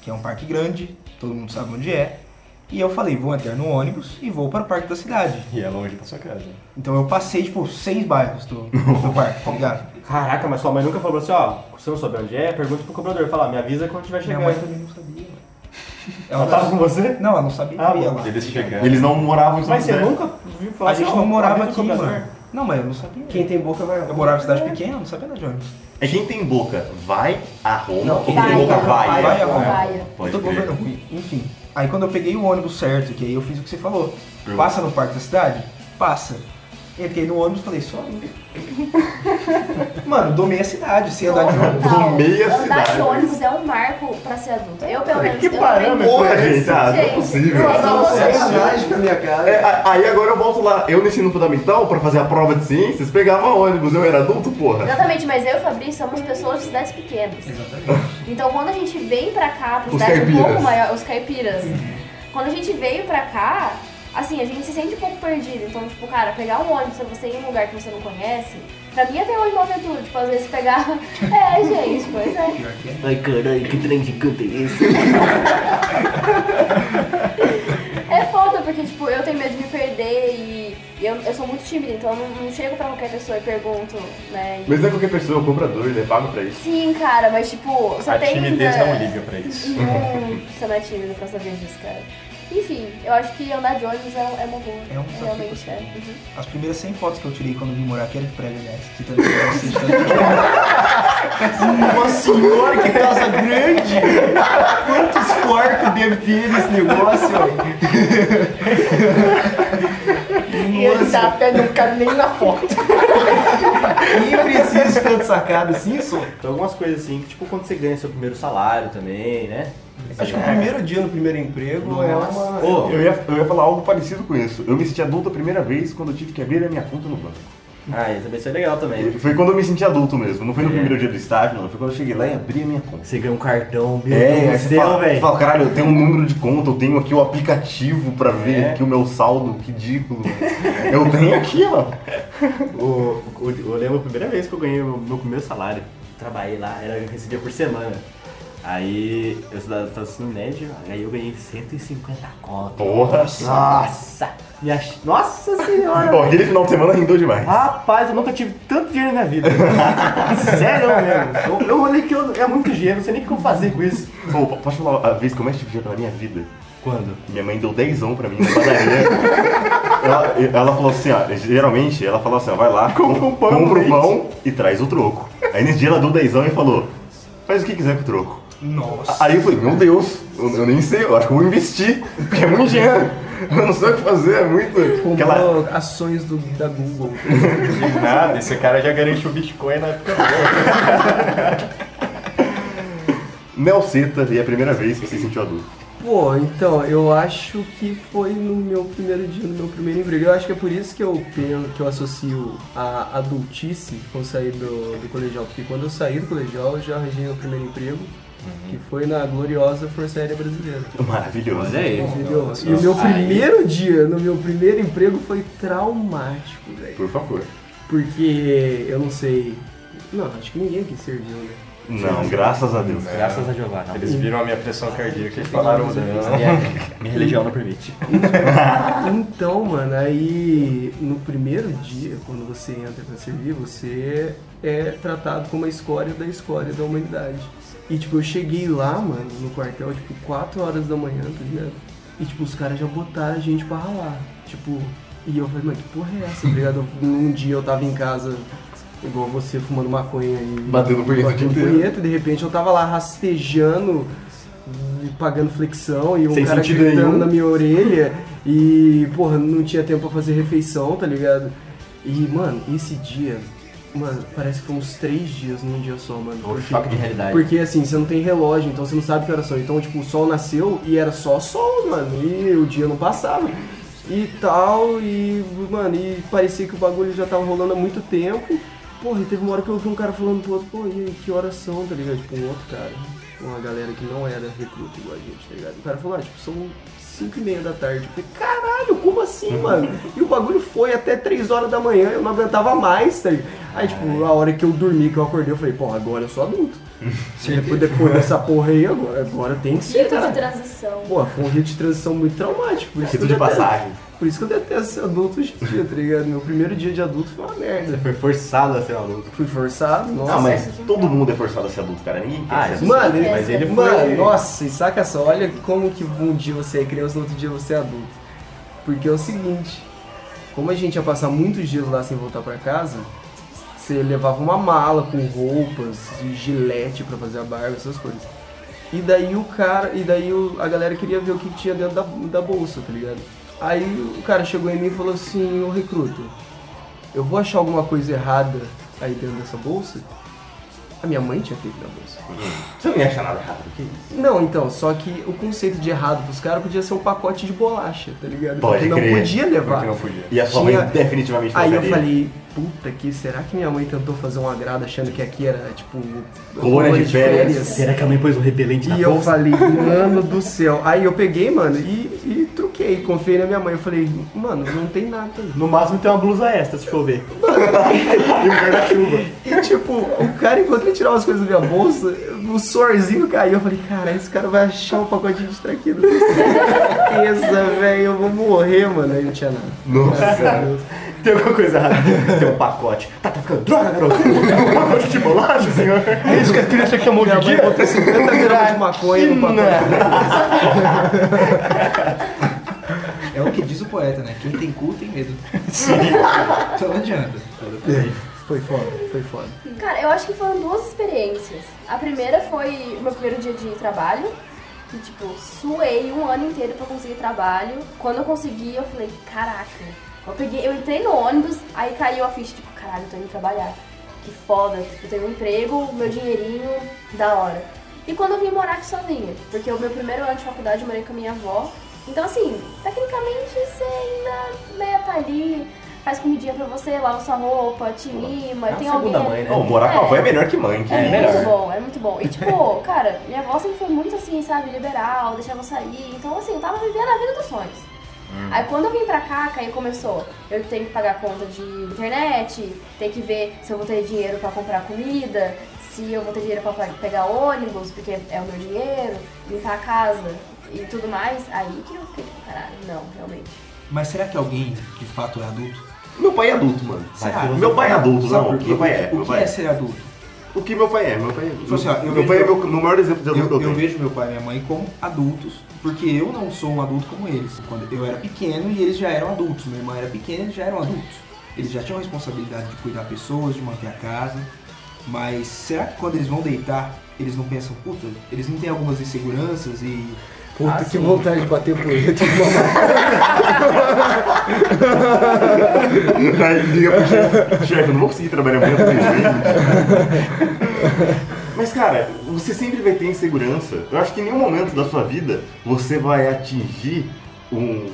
E: que é um parque grande, todo mundo sabe onde é. E eu falei, vou entrar no ônibus e vou para o Parque da Cidade.
D: E é longe da sua casa.
E: Então eu passei, tipo, seis bairros do, do parque, tá ligado?
B: Caraca, mas sua mãe nunca falou assim, ó, se não souber onde é, pergunta pro cobrador, fala, me avisa quando tiver
E: Minha
B: chegando.
E: mãe também não sabia, mano.
B: Ela tava com você?
E: Não, ela não sabia que
B: Ah,
E: eu ia lá.
D: Eles chegaram.
A: Eles não moravam em São
B: Mas você
A: José.
B: nunca viu falar
E: A gente
B: assim, ó,
E: não morava
B: avisa o
E: aqui,
B: cobrador.
E: mano. Não, mas eu não sabia.
F: Quem tem boca vai.
E: Eu morava em cidade pequena, não sabia nada de ônibus.
A: É quem tem boca vai a Roma,
F: Não,
A: quem
F: vai,
A: tem boca
F: vai,
A: vai.
E: vai a Roma.
C: Vaia.
A: Pode
E: Todo
A: crer.
E: governo ruim. Então, Enfim. Aí quando eu peguei o ônibus certo, que aí eu fiz o que você falou.
A: Hum.
E: Passa no parque da cidade? Passa. Entrei no ônibus e falei, só. um. Mano, domei a cidade, sem andar de ônibus.
C: Total.
A: Do meia
C: Andar
A: cidade.
C: de ônibus é um marco pra ser adulto. Eu, pelo menos,
F: Que
C: eu não
F: parâmetro,
C: aprendi.
A: Porra, gente, ah, não é
C: Gente,
A: possível.
C: eu
F: Tá
C: não
F: um
C: sei.
F: sacanagem com a minha cara.
A: É, a- aí agora eu volto lá. Eu no ensino fundamental, pra fazer a prova de ciências, pegava ônibus. Eu era adulto, porra.
C: Exatamente, mas eu e o Fabrício somos pessoas de cidades pequenas. Então quando a gente vem pra cá, pra
A: Os
C: cidade um pouco
A: caipiras. Uhum.
C: maior, os caipiras, quando a gente veio pra cá, assim, a gente se sente um pouco perdido. Então, tipo, cara, pegar um ônibus pra você ir em um lugar que você não conhece, pra mim até hoje é uma aventura, tipo, às vezes pegar. É, gente, pois é.
F: Ai, caralho, que trem gigante é esse?
C: É foda, porque tipo, eu tenho medo de me perder e eu, eu sou muito tímida, então eu não, não chego pra qualquer pessoa e pergunto, né? e-
A: Mas não é qualquer pessoa, é um cobrador, ele é pago pra isso.
C: Sim, cara, mas tipo, você
D: A
C: tem.
D: timidez é um
C: ainda-
D: não liga pra isso.
C: Não, você não é tímido pra saber disso, cara. Enfim, eu acho que andar de ônibus é, é uma boa.
E: É um desafio
C: Realmente
E: pra
C: é.
E: todo mundo.
C: Uhum.
E: As primeiras 100 fotos que eu tirei quando vim morar aqui era de assim, prédio, aliás. Que tanto que eu assisti, tanto que eu- Nossa senhora, que casa grande! Quantos quartos deve ter nesse negócio?
C: Uhum.
F: Exato, eu não cabe nem na foto.
E: E preciso de tanto sacado assim, só.
B: Tem algumas coisas assim, que, tipo, quando você ganha seu primeiro salário também, né?
H: Acho que o primeiro dia no primeiro emprego é uma.
B: Ô,
A: Eu ia, eu ia falar algo parecido com isso. Eu me senti adulto a primeira vez quando eu tive que abrir a minha conta no banco.
B: ah, isso também isso é legal também.
A: Foi quando eu me senti adulto mesmo. Não foi no
B: É.
A: primeiro dia do estágio, não. Foi quando eu cheguei lá e abri a minha conta.
B: Você ganha um cartão, meu
A: É, aí
B: Deus do
A: você
B: céu,
A: fala, você
B: velho.
A: fala, caralho, eu tenho um número de conta, eu tenho aqui o aplicativo pra ver
B: É.
A: aqui o meu saldo, que ridículo. eu tenho aqui, ó.
B: O- o- Eu lembro a primeira vez que eu ganhei o meu primeiro salário. Trabalhei lá, era eu recebia por semana. Aí eu estudava estava no ensino médio, aí eu ganhei 150 conto.
A: Porra.
B: Nossa! Minha... Nossa senhora!
A: Ó, aquele final de semana rendeu demais.
B: Ah. Rapaz, eu nunca tive tanto dinheiro na minha vida. Sério mesmo. Eu, eu olhei que eu, é muito dinheiro, não sei nem o que eu fazer com isso.
A: Pô, po- posso falar a vez é que eu mais tive dinheiro na minha vida?
B: Quando?
A: Minha mãe deu 10 pra mim na padaria. ela, ela falou assim, ó, geralmente ela falou assim, ó, vai lá, compra um pão, compra um pão e traz o troco. Aí nesse dia ela deu 10 e falou, faz o que quiser com o troco.
E: Nossa.
A: Aí eu falei, meu Deus, eu, eu nem sei, eu acho que eu vou investir, porque é muito dinheiro. Eu não sei o que fazer, é muito. Porque ela-
F: Comprou ações do, da Google.
D: De nada, esse cara já garantiu o Bitcoin na época boa.
A: Nelceta, e é a primeira vez que você sentiu adulto.
F: Pô, então, eu acho que foi no meu primeiro dia, no meu primeiro emprego. Eu acho que é por isso que eu penso, que eu associo a adultice com sair do, do colegial. Porque quando eu saí do colegial, eu já arranjei meu primeiro emego, que foi na gloriosa Força Aérea Brasileira.
A: Maravilhoso.
F: Entendeu? E o meu primeiro dia, no meu primeiro emprego, foi traumático, velho.
A: Por favor.
F: Porque eu não sei. Não, acho que ninguém aqui serviu, né?
A: Não, graças a Deus.
B: Graças a Jeová, não.
D: Eles viram a minha pressão cardíaca e falaram não.
B: Minha, minha religião não permite.
F: Então, mano, aí no primeiro dia, quando você entra pra servir, você é tratado como a escória da escória da humanidade. E tipo, eu cheguei lá, mano, no quartel, tipo, 4 horas da manhã, tá ligado? E tipo, os caras já botaram a gente pra ralar. Tipo, e eu falei, mano, que porra é essa, tá ligado? Um dia eu tava em casa, igual você, fumando maconha e.
A: Batendo punheta o dia inteiro.
F: punheta, e de repente eu tava lá rastejando, e pagando flexão e um
A: Sem
F: cara
A: sentido
F: gritando
A: nenhum.
F: na minha orelha e, porra, não tinha tempo pra fazer refeição, tá ligado? E, mano, esse dia Mano, parece que foi uns três dias num dia só, mano.
B: Um
F: porque-
B: choque de realidade.
F: Porque assim, você não tem relógio, então você não sabe que horas são. Então, tipo, o sol nasceu e era só sol, mano. E o dia não passava. E tal, e, mano, e parecia que o bagulho já tava rolando há muito tempo. Porra, e teve uma hora que eu ouvi um cara falando pro outro, pô, e aí, que horas são, tá ligado? Tipo, um outro cara, uma galera que não era recruta igual a gente, tá ligado? O cara falou, ah, tipo, são 5 e meia da tarde. Eu falei, caralho, como assim, mano? E o bagulho foi até 3 horas da manhã, eu não aguentava mais, tá ligado? Aí, tipo, a hora que eu dormi, que eu acordei, eu falei, pô, agora eu sou adulto. Depois, depois dessa porra aí, agora, agora tem que ser,
C: Dito de
F: cara.
C: transição.
F: Pô, foi um dia de transição muito traumático. Por isso que
A: Rito
F: eu
A: de
F: detesto-
A: passagem.
F: Por isso que eu detesto ser adulto hoje em dia, tá ligado? Meu primeiro dia de adulto foi uma merda.
B: Foi forçado a ser maluco.
F: Fui forçado, nossa.
A: Não, Ah, mas todo mundo é forçado a ser adulto, cara. Ninguém quer
B: Ah,
A: ser adulto.
F: Mano, ele,
C: Mas ele
F: mano,
B: foi-
F: nossa, e saca só, olha como que um dia você é criança, no outro dia você é adulto. Porque é o seguinte, como a gente ia passar muitos dias lá sem voltar pra casa, você levava uma mala com roupas e gilete pra fazer a barba, essas coisas. E daí o cara, e daí o- a galera queria ver o que tinha dentro da, da bolsa, tá ligado? Aí o cara chegou em mim e falou assim, ô recruta, eu vou achar alguma coisa errada aí dentro dessa bolsa? A minha mãe tinha feito na bolsa.
A: Você não ia achar nada errado. Que isso?
F: Não, então, só que o conceito de errado pros caras podia ser um pacote de bolacha, tá ligado?
A: Pode
F: Porque não
A: crer.
F: podia levar.
I: Porque não podia.
A: E a sua
F: Tinha-
A: mãe definitivamente não
F: Aí eu
A: faria.
F: falei, puta que, será que minha mãe tentou fazer um agrado achando que aqui era, tipo, colônia,
A: de férias?
B: Será que a mãe pôs um repelente na
F: E eu
B: bolsa?
F: falei, mano do céu. Aí eu peguei, mano, e, e truquei, confiei na minha mãe. Eu falei, mano, não tem nada aí.
B: No máximo tem uma blusa extra, se chover. e um guarda-chuva.
F: E tipo, o cara, enquanto ele tirava as coisas da minha bolsa, o suorzinho caiu. Eu falei, cara, esse cara vai achar um pacotinho de traquinas. Certeza, velho, eu vou morrer, mano. Aí não tinha nada.
A: Nossa.
B: Tem alguma coisa errada. Tem um pacote. Tá, tá ficando droga, garoto. Um pacote de bolacha, senhor. É isso que a criança chamou
F: Minha mãe botou 50 gramas de maconha no pacote.
E: É o que diz o poeta, né? Quem tem cu tem medo. Então não adianta.
F: Foi foda, foi foda.
C: Cara, eu acho que foram duas experiências. A primeira foi o meu primeiro dia de trabalho, que tipo, suei um ano inteiro pra conseguir trabalho. Quando eu consegui, eu falei, caraca. Eu peguei, eu entrei no ônibus, aí caiu a ficha, tipo, caralho, eu tô indo trabalhar. Que foda, tipo, eu tenho um emprego, meu dinheirinho, da hora. E quando eu vim morar aqui sozinha, porque o meu primeiro ano de faculdade eu morei com a minha avó. Então assim, tecnicamente você ainda, né, tá ali, faz comidinha pra você, lava sua roupa, te mima, tem alguém.
A: Não, morar com a avó é melhor que mãe, que
C: É
A: isso.
C: muito bom, é muito bom. E tipo, cara, minha avó sempre foi muito assim, sabe, liberal, deixava eu sair. Então assim, eu tava vivendo a vida dos sonhos.
A: Hum.
C: Aí quando eu vim pra cá, que aí começou, eu tenho que pagar conta de internet, tem que ver se eu vou ter dinheiro pra comprar comida, se eu vou ter dinheiro pra pra pegar ônibus, porque é o meu dinheiro, limpar a casa e tudo mais. Aí que eu fiquei, tipo, caralho, não, realmente.
E: Mas será que alguém de fato é adulto?
A: Meu pai é adulto, mano.
E: Será?
A: Meu pai é adulto,
E: Sabe
A: não.
E: por quê?
A: Meu pai é.
E: O
A: Meu
E: que
A: pai
E: é
A: é.
E: ser adulto?
A: O que meu pai é? Meu pai é.
E: Tipo assim, ó, eu
A: meu pai é
E: vejo-
A: meu, meu maior exemplo de adulto
E: Eu,
A: que eu,
E: eu
A: tenho.
E: vejo meu pai e minha mãe como adultos, porque eu não sou um adulto como eles. Quando eu era pequeno e eles já eram adultos. Minha irmã era pequena e eles já eram adultos. Eles já tinham a responsabilidade de cuidar pessoas, de manter a casa. Mas será que quando eles vão deitar, eles não pensam, puta, eles não têm algumas inseguranças e. Ah,
F: Puta, que vontade de bater punheta.
A: Aí ele liga pro chefe, chefe, eu não vou conseguir trabalhar amanhã porque eu tenho". Mas cara, você sempre vai ter insegurança. Eu acho que em nenhum momento da sua vida você vai atingir um,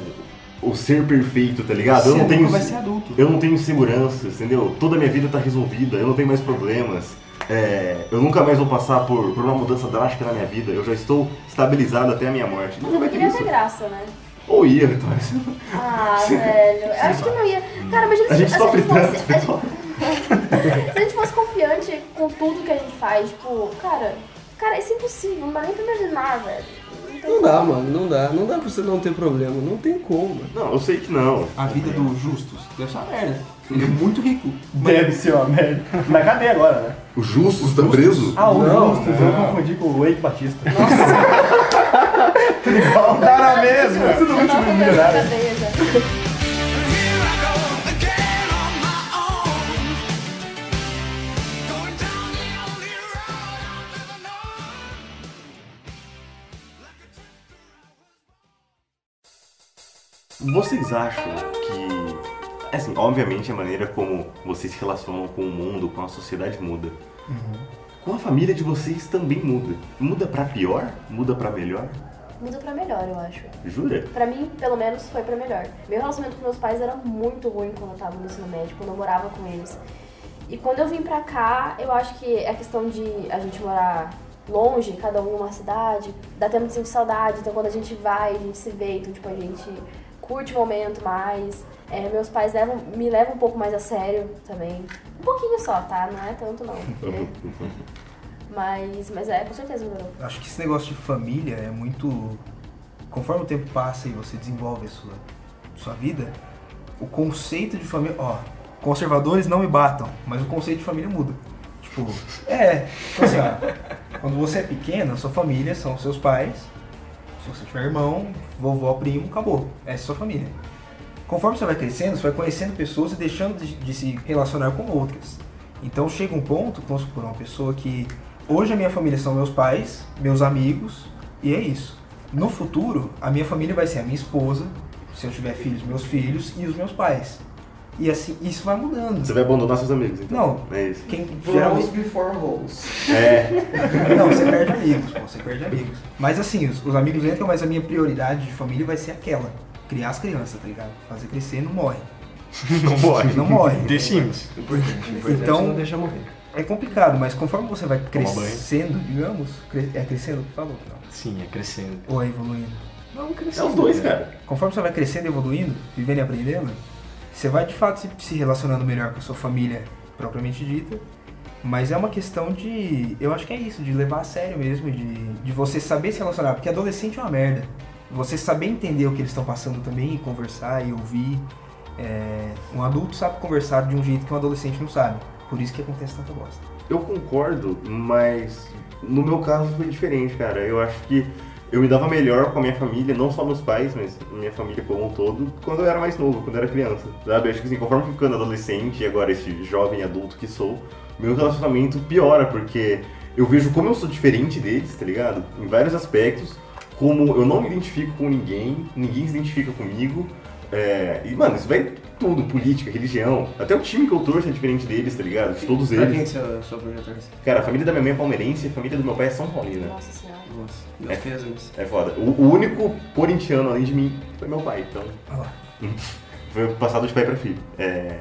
A: o ser perfeito, tá ligado?
E: Você
A: eu não
E: nunca
A: tenho.
E: vai ser adulto.
A: Eu não tenho insegurança, entendeu? Toda a minha vida tá resolvida, eu não tenho mais problemas. É, eu nunca mais vou passar por, por uma mudança drástica na minha vida. Eu já estou estabilizado até a minha morte. Nunca vai
E: é
A: ter
C: Queria
A: é isso.
C: ter graça, né?
A: Ou ia, Vitória.
C: Ah, velho. Eu acho que não ia. Cara, imagina se
A: A gente
C: se
A: sofre
C: fosse-
A: tanto,
C: a gente-
A: Vitória.
C: Se a gente fosse confiante com tudo que a gente faz, tipo, cara, cara, isso é impossível, não dá nem pra imaginar, velho. Então,
F: Não dá, mano, não dá. Não dá pra você não ter problema. Não tem como, mano.
A: Não, eu sei que não.
E: A vida do Justus deve ser uma merda. Ele é muito rico.
B: Deve ser uma merda. Na cadeia agora, né?
A: O Justus tá preso?
B: Ah, o
F: Não,
B: Justus. Eu confundi com o Eike Batista. Tudo igual. Tá na mesma.
C: eu não tô vendo na cadeia já.
A: Vocês acham que É Assim, obviamente a maneira como vocês se relacionam com o mundo, com a sociedade muda.
E: Uhum.
A: Com a família de vocês também muda. Muda pra pior? Muda pra melhor?
C: Muda pra melhor, eu acho.
A: Jura?
C: Pra mim, pelo menos, foi pra melhor. Meu relacionamento com meus pais era muito ruim quando eu tava no ensino médio, quando eu morava com eles. E quando eu vim pra cá, eu acho que a questão de a gente morar longe, cada um numa cidade, dá tempo de sentir saudade, então quando a gente vai, a gente se vê, então tipo, a gente curte o momento mais. É, meus pais levam, me levam um pouco mais a sério também. Um pouquinho só, tá? Não é tanto não. né? Mas, mas é, com certeza melhorou.
E: Acho que esse negócio de família é muito. Conforme o tempo passa e você desenvolve a sua, sua vida, o conceito de família. Ó, conservadores não me batam, mas o conceito de família muda. Tipo, é. Tipo assim, ó, quando você é pequena, sua família são seus pais. Se você tiver irmão, vovó, primo, acabou. Essa é sua família. Conforme você vai crescendo, você vai conhecendo pessoas e deixando de, de se relacionar com outras. Então chega um ponto, vamos supor, uma pessoa que Hoje a minha família são meus pais, meus amigos, e é isso. No futuro, a minha família vai ser a minha esposa, se eu tiver filhos, meus filhos e os meus pais. E assim, isso vai mudando.
A: Você vai abandonar seus amigos, então?
E: Não,
A: É isso.
E: quem
F: Rolls
E: geralmente.
F: before rolls.
A: É.
E: Não, você perde amigos, pô, você perde amigos. Mas assim, os, os amigos entram, mas a minha prioridade de família vai ser aquela. Criar as crianças, tá ligado? Fazer crescer não morre.
G: Não morre.
E: Não morre.
G: The Sims.
E: Então-
F: não deixa morrer.
E: É complicado, mas conforme você vai crescendo, digamos. cre- É crescendo que falou, não.
G: Sim, é crescendo.
E: Ou é evoluindo.
A: É os dois, cara.
E: Conforme você vai crescendo, evoluindo, vivendo e aprendendo, você vai de fato se- se relacionando melhor com a sua família propriamente dita. Mas é uma questão de. Eu acho que é isso, de levar a sério mesmo, de, de você saber se relacionar. Porque adolescente é uma merda. Você saber entender o que eles estão passando também, e conversar e ouvir. É, um adulto sabe conversar de um jeito que um adolescente não sabe. Por isso que acontece tanta bosta.
A: Eu concordo, mas no meu caso foi diferente, cara. Eu acho que eu me dava melhor com a minha família, não só meus pais, mas minha família como um todo, quando eu era mais novo, quando eu era criança. Sabe? Acho que assim, conforme eu fui ficando adolescente e agora esse jovem adulto que sou, meu relacionamento piora, porque eu vejo como eu sou diferente deles, tá ligado? Em vários aspectos, como eu não me identifico com ninguém, ninguém se identifica comigo. É, e, mano, isso vai em tudo, política, religião. Até o time que eu torço é diferente deles, tá ligado? De todos
F: Pra
A: eles.
F: quem que você sou projetor?
A: Cara, a família da minha mãe é palmeirense e a família do meu pai é São Paulina.
C: Nossa senhora.
F: Nossa, meus pêsames.
A: É foda. O, o único corintiano além de mim foi meu pai, então.
E: Olha lá.
A: Foi passado de pai pra filho. É.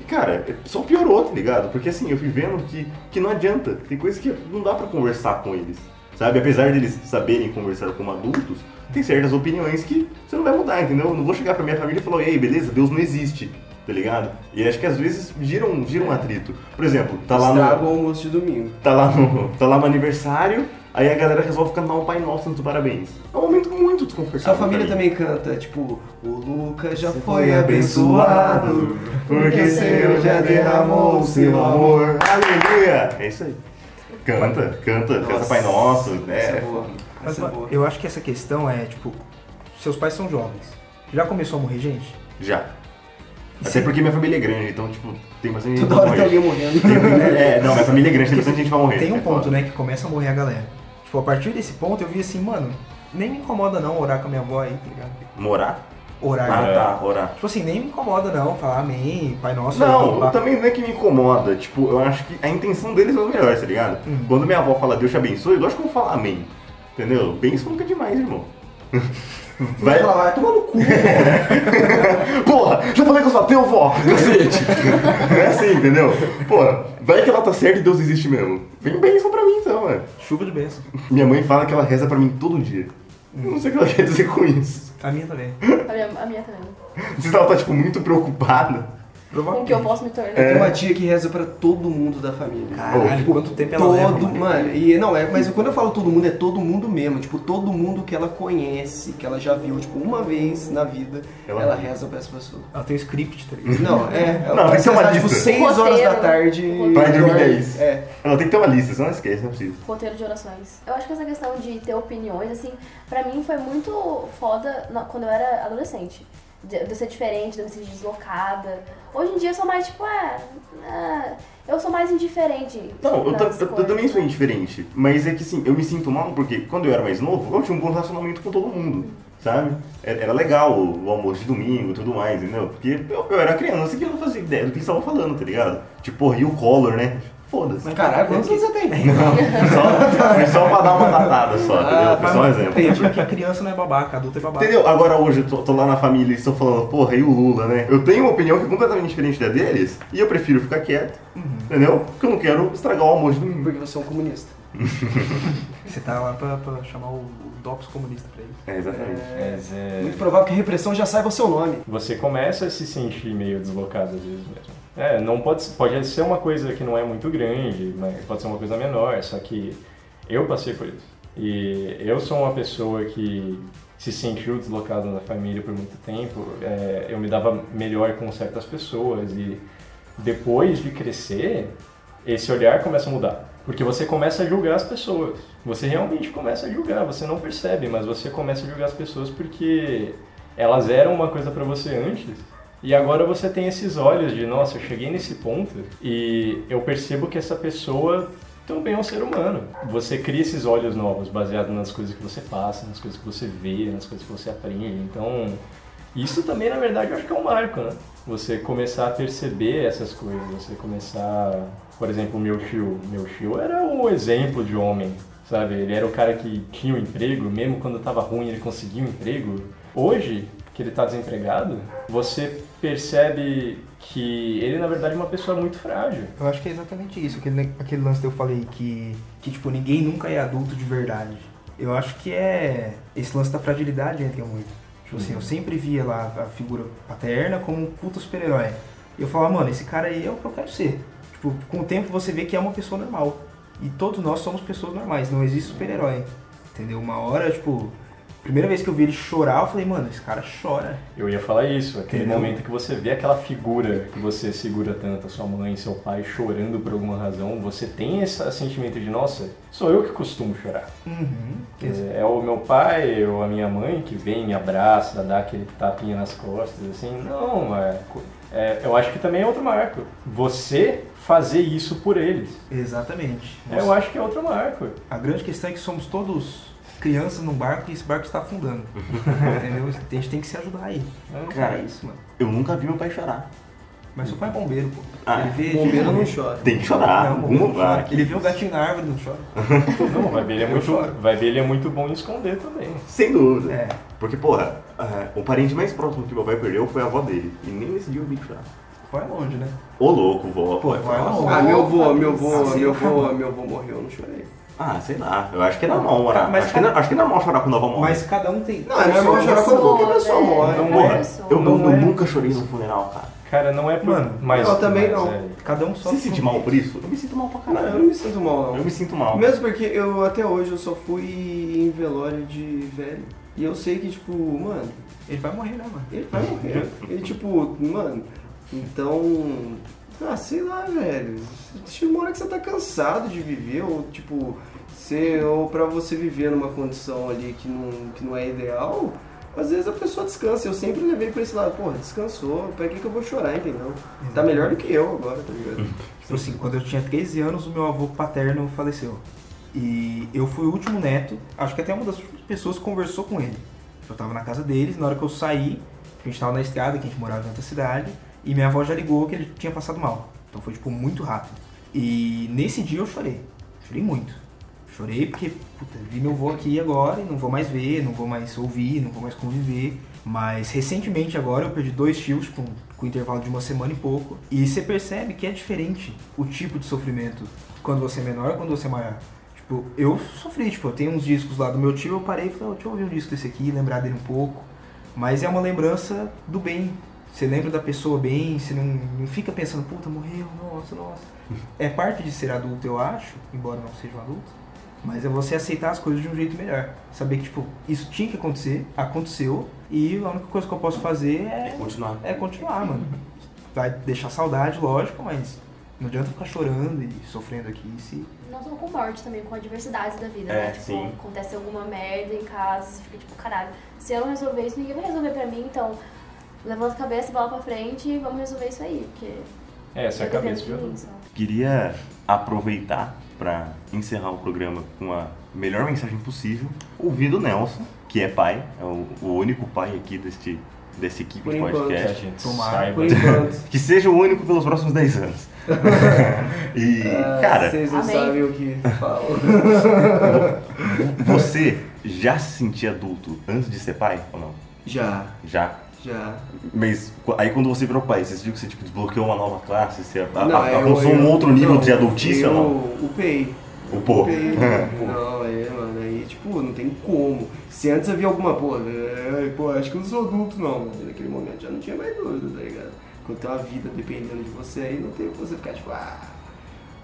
A: E cara, só piorou, tá ligado? Porque assim, eu fui vendo que, que não adianta. Tem coisas que não dá pra conversar com eles. Sabe? Apesar deles saberem conversar como adultos, tem certas opiniões que você não vai mudar, entendeu? Eu não vou chegar pra minha família e falar, ei, beleza, Deus não existe, tá ligado? E acho que às vezes gira um, gira um atrito. Por exemplo, tá lá no.
F: Estraga o almoço de domingo.
A: tá lá no, tá lá no aniversário, aí a galera resolve cantar um Pai Nosso antes do parabéns. É um momento muito desconfortável.
F: Sua família
A: pra mim.
F: também canta, tipo, o Lucas já foi
A: foi
F: abençoado,
A: Porque Senhor já derramou o seu amor. Aleluia! É isso aí. Canta, canta, canta
F: Nossa.
A: Pai Nosso,
F: Essa é
A: né?
F: boa.
E: Mas
F: Essa é boa.
E: eu acho que essa questão é, tipo, seus pais são jovens. Já começou a morrer gente?
A: Já. Até porque minha família é grande, então, tipo, tem bastante gente
F: Toda hora tem
A: pra
F: alguém
A: morrer.
F: morrendo.
A: É, não, minha família é grande, tem bastante gente pra morrer.
E: Tem
A: É
E: um ponto,
A: foda.
E: né, que começa a morrer a galera. Tipo, a partir desse ponto eu vi assim, mano, nem me incomoda não orar com a minha avó aí, tá ligado?
F: né?
A: Morar?
E: Orar.
A: Ah, tá, orar.
E: Tipo assim, nem me incomoda não falar amém, pai nosso. blá,
A: Não,
E: blá.
A: também não é que me incomoda. Tipo, eu acho que a intenção deles é os melhores, tá ligado?
E: Hum.
A: Quando minha avó fala Deus te abençoe, lógico que eu vou falar amém. Entendeu? Bênção nunca é demais, irmão. Vai lá, vai tomar no cu, vó. Porra, já falei que eu sou ateu, vó. Cacete. Não é assim, entendeu? Porra, vai que ela tá certa e Deus existe mesmo. Vem bênção pra mim então, mano.
E: Chuva de bênção.
A: Minha mãe fala que ela reza pra mim todo dia. Eu não sei o que ela quer dizer com isso.
E: A minha também.
C: A minha, a minha também.
A: Não sei se ela tá, tipo, muito preocupada.
C: Com o
E: é?
C: que eu posso me tornar.
A: É.
F: Tem uma tia que reza pra todo mundo da família.
E: Caralho,
A: Tipo,
E: quanto tempo ela
F: todo,
E: leva,
F: mano.
E: mano.
F: E não é, mas quando eu falo todo mundo é todo mundo mesmo, tipo todo mundo que ela conhece, que ela já viu, tipo uma vez na vida,
A: Ela-
F: ela, reza pra essa pessoa.
E: Ela tem um script, tá ligado?
F: Não, é, ela
A: Não,
F: vai
A: isso é uma
F: rezar, tipo
A: lista.
F: 6 horas da
C: Roteiro.
F: tarde. e
A: Vai dormir
F: dorme.
A: 10.
F: É.
A: Ela tem que ter uma lista, senão ela esquece, não é possível.
C: roteiro de orações. Eu acho que essa questão de ter opiniões, assim, pra mim foi muito foda na- quando eu era adolescente. De de eu ser diferente, de eu me sentir deslocada. Hoje em dia eu sou mais tipo, ah, ah, eu sou mais indiferente.
A: Não, eu, ta-
C: nas
A: ta- eu
C: coisas. né?
A: também sou indiferente. Mas é que assim, eu me sinto mal porque quando eu era mais novo, eu tinha um bom relacionamento com todo mundo. sabe? Era era legal o, o almoço de domingo e tudo mais, entendeu? Porque eu, eu era criança que eu não fazia ideia do que eles estavam falando, tá ligado? Tipo, porra, e o Collor, né? Foda-se.
E: Mas caralho, quantos anos você tem?
A: Só, foi só pra dar uma datada só, entendeu? Foi só um exemplo.
E: Ah, Entendi porque criança não é babaca, adulto é babaca.
A: Entendeu? Agora hoje eu tô, tô lá na família e estão falando, porra, e o Lula, né? Eu tenho uma opinião que é completamente diferente da deles e eu prefiro ficar quieto,
E: Uhum.
A: entendeu? Porque eu não quero estragar o almoço de domingo.
F: Porque você é um comunista.
E: Você tá lá pra, pra chamar o o DOPS comunista pra ele.
A: É, exatamente.
D: Mas é.
F: Muito provável que repressão já saiba o seu nome.
D: Você começa a se sentir meio deslocado às vezes mesmo. É, não pode, pode ser uma coisa que não é muito grande, mas pode ser uma coisa menor, só que eu passei por isso. E eu sou uma pessoa que se sentiu deslocado da família por muito tempo, é, eu me dava melhor com certas pessoas e depois de crescer, esse olhar começa a mudar. Porque você começa a julgar as pessoas. Você realmente começa a julgar, você não percebe, mas você começa a julgar as pessoas porque elas eram uma coisa pra você antes. E agora você tem esses olhos de, nossa, eu cheguei nesse ponto e eu percebo que essa pessoa também é um ser humano. Você cria esses olhos novos baseado nas coisas que você passa, nas coisas que você vê, nas coisas que você aprende. Então, isso também, na verdade, eu acho que é um marco, né? Você começar a perceber essas coisas, você começar... Por exemplo, meu tio. Meu tio era um exemplo de homem, sabe? Ele era o cara que tinha um emprego, mesmo quando tava ruim ele conseguia um emprego. Hoje, que ele tá desempregado, você percebe que ele, na verdade, é uma pessoa muito frágil.
E: Eu acho que é exatamente isso, aquele, aquele lance que eu falei que, que, tipo, ninguém nunca é adulto de verdade. Eu acho que é. Esse lance da fragilidade entra muito. Tipo assim, eu sempre via lá a figura paterna como um puta super-herói. E eu falava, mano, esse cara aí é o que eu quero ser. Tipo, com o tempo você vê que é uma pessoa normal. E todos nós somos pessoas normais, não existe super-herói. Entendeu? Uma hora, tipo. Primeira vez que eu vi ele chorar, eu falei, mano, esse cara chora.
D: Eu ia falar isso, aquele
E: Entendeu?
D: momento que você vê aquela figura que você segura tanto, a sua mãe, seu pai chorando por alguma razão, você tem esse sentimento de, nossa, sou eu que costumo chorar.
E: Uhum. Exato.
D: É, é o meu pai ou a minha mãe que vem, me abraça, dá aquele tapinha nas costas, assim. Não, é, co- é, eu acho que também é outro marco. Você fazer isso por eles.
E: Exatamente.
D: É, eu acho que é outro marco.
E: A grande questão é que somos todos crianças num barco e esse barco está afundando. Entendeu? A gente tem que se ajudar aí.
A: Cara,
E: é isso, mano.
A: Eu nunca vi meu pai chorar.
E: Mas seu pai é bombeiro, pô.
A: Ah,
E: ele vê.
J: Bombeiro
E: ele-
J: não chora.
A: Tem que chorar.
E: Não,
A: algum
E: bombeiro não
A: lugar.
E: chora. Ele vê o gatinho na árvore, não chora.
D: Não, vai ver ele é
E: Eu
D: muito,
E: choro.
D: vai ver ele é muito bom em esconder também.
A: Sem dúvida.
E: É.
A: Porque, porra, ah, o parente mais próximo que meu pai perdeu foi a avó dele. E nem nesse dia eu vi chorar.
E: Vai longe, né?
A: Ô louco, vó.
E: Pô, é vai longe.
F: Ah, meu avô, meu avô,
E: Assim,
F: meu avô, meu avô morreu, eu não chorei.
A: Ah, sei lá. Eu acho que é normal morar.
E: Mas-
A: acho, que, é- acho que é normal chorar quando a avó morre.
E: Mas cada um tem.
F: Não, é normal chorar quando qualquer pessoa
C: né?
F: morre.
C: Cada
A: Porra,
C: pessoa.
A: eu,
D: Não
A: eu
D: é.
A: nunca chorei num funeral, cara.
D: Cara, não é por...
E: Mano,
D: mas,
F: eu também
D: mas
F: não.
D: é-
E: Cada um só.
A: Você se sente mal por isso? Eu me sinto mal pra
F: Não, eu não
A: caralho.
F: me sinto mal,
A: Eu
F: não.
A: me sinto mal.
F: Mesmo porque eu até hoje eu só fui em velório de velho. E eu sei que, tipo, mano,
E: Ele vai morrer, né, mano?
F: ele vai morrer. Ele, tipo, mano, então. Ah, sei lá, velho. Chega uma hora que você tá cansado de viver, ou tipo, você, ou pra você viver numa condição ali que não, que não é ideal, às vezes a pessoa descansa. Eu sempre levei pra esse lado, porra, descansou, pra que, que eu vou chorar, entendeu? Tá melhor do que eu agora, tá ligado?
E: Tipo assim, quando eu tinha 13 anos, o meu avô paterno faleceu. E eu fui o último neto, acho que até uma das últimas pessoas que conversou com ele. Eu tava na casa deles, na hora que eu saí, a gente tava na estrada, que a gente morava em outra cidade, e minha avó já ligou que ele tinha passado mal. Então foi, tipo, muito rápido. E nesse dia eu chorei. Chorei muito. Chorei porque, puta, vi meu avô aqui agora e não vou mais ver, não vou mais ouvir, não vou mais conviver. Mas recentemente agora eu perdi dois tios com, com intervalo de uma semana e pouco. E você percebe que é diferente o tipo de sofrimento quando você é menor e quando você é maior. Tipo, eu sofri, tipo, eu tenho uns discos lá do meu tio, eu parei e falei, "Ó, deixa eu ouvir um disco desse aqui, lembrar dele um pouco. Mas é uma lembrança do bem. Você lembra da pessoa bem, você não, não fica pensando, puta, morreu, nossa, nossa. É parte de ser adulto, eu acho, embora não seja um adulto. Mas é você aceitar as coisas de um jeito melhor. Saber que, tipo, isso tinha que acontecer, aconteceu, e a única coisa que eu posso fazer é,
A: Continuar.
E: é continuar, mano. Vai deixar saudade, lógico, mas não adianta ficar chorando e sofrendo aqui se.
C: Não só com morte também, com adversidades da vida,
A: É,
C: né? Tipo,
A: sim.
C: acontece alguma merda em casa, você fica tipo, caralho, se eu não resolver isso, ninguém vai resolver pra mim, então levanta a cabeça, bola pra frente e vamos resolver isso aí, porque...
D: É, essa é a
C: tá dependendo
D: cabeça de
C: de mim,
D: adulto.
C: só.
A: Queria aproveitar pra encerrar o programa com a melhor mensagem possível, ouvir do Nelson, que é pai, é o, o único pai aqui deste, dessa equipe
F: Por
A: de
F: enquanto,
D: Que a
A: podcast.
D: gente
E: Tomara.
D: saiba.
F: Por enquanto.
A: Que seja o único pelos próximos 10 anos. e,
F: Ah,
A: cara,
F: Vocês não
C: Amém.
F: sabem o que falam.
A: você já se sentia adulto antes de ser pai ou não?
F: já,
A: Já?
F: já.
A: Mas qu- aí quando você virou pai, você sentiu que você tipo, desbloqueou uma nova classe? Você a- a-
F: Não,
A: a-
F: eu-
A: alcançou
F: eu-
A: um outro nível
F: não,
A: de adultice
F: eu,
A: ou não?
F: Upei.
A: O pô.
F: Upei. não, é, mano. Aí, tipo, não tem como. Se antes havia alguma, pô, é, pô, acho que eu não sou adulto, não. Mas naquele momento já não tinha mais dúvida, tá ligado? Quando tem uma vida dependendo de você, aí não tem como você ficar, tipo, ah,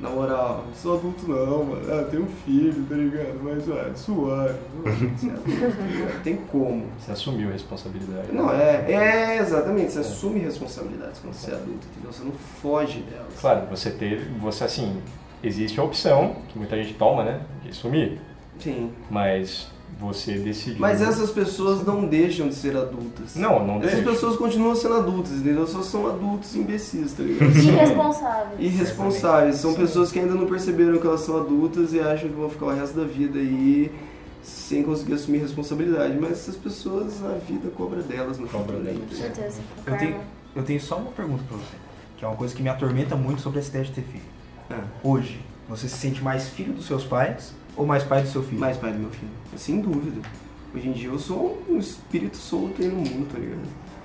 F: na moral, não sou adulto, não, mano. Ah, tenho um filho, tá ligado? Mas, ah, é suave. Você é adulto, tá ligado? Não tem como.
D: Você assumiu a responsabilidade.
F: Não, é, é exatamente, você assume responsabilidades quando você é adulto, entendeu? Você não foge delas.
D: Claro, você teve, você assim, existe a opção, que muita gente toma, né? De sumir.
F: Sim.
D: Mas você decidiu.
F: Mas essas pessoas não deixam de ser adultas.
D: Não, não
F: Essas
D: deixa.
F: pessoas continuam sendo adultas, entendeu? Só são adultos imbecis, tá ligado?
C: Irresponsável.
F: Irresponsáveis. São pessoas que ainda não perceberam que elas são adultas e acham que vão ficar o resto da vida aí sem conseguir assumir responsabilidade. Mas essas pessoas, a vida cobra delas no né?
D: Cobra
F: futuro.
D: delas.
F: aí,
C: Com
F: entendeu?
C: certeza. O
E: Eu tenho,
C: karma.
E: eu tenho só uma pergunta pra você, que é uma coisa que me atormenta muito sobre essa ideia de ter filho.
F: Ah.
E: Hoje, você se sente mais filho dos seus pais ou mais pai do seu filho?
F: Mais pai do meu filho. Sem dúvida. Hoje em dia eu sou um espírito solto aí no mundo, tá ligado?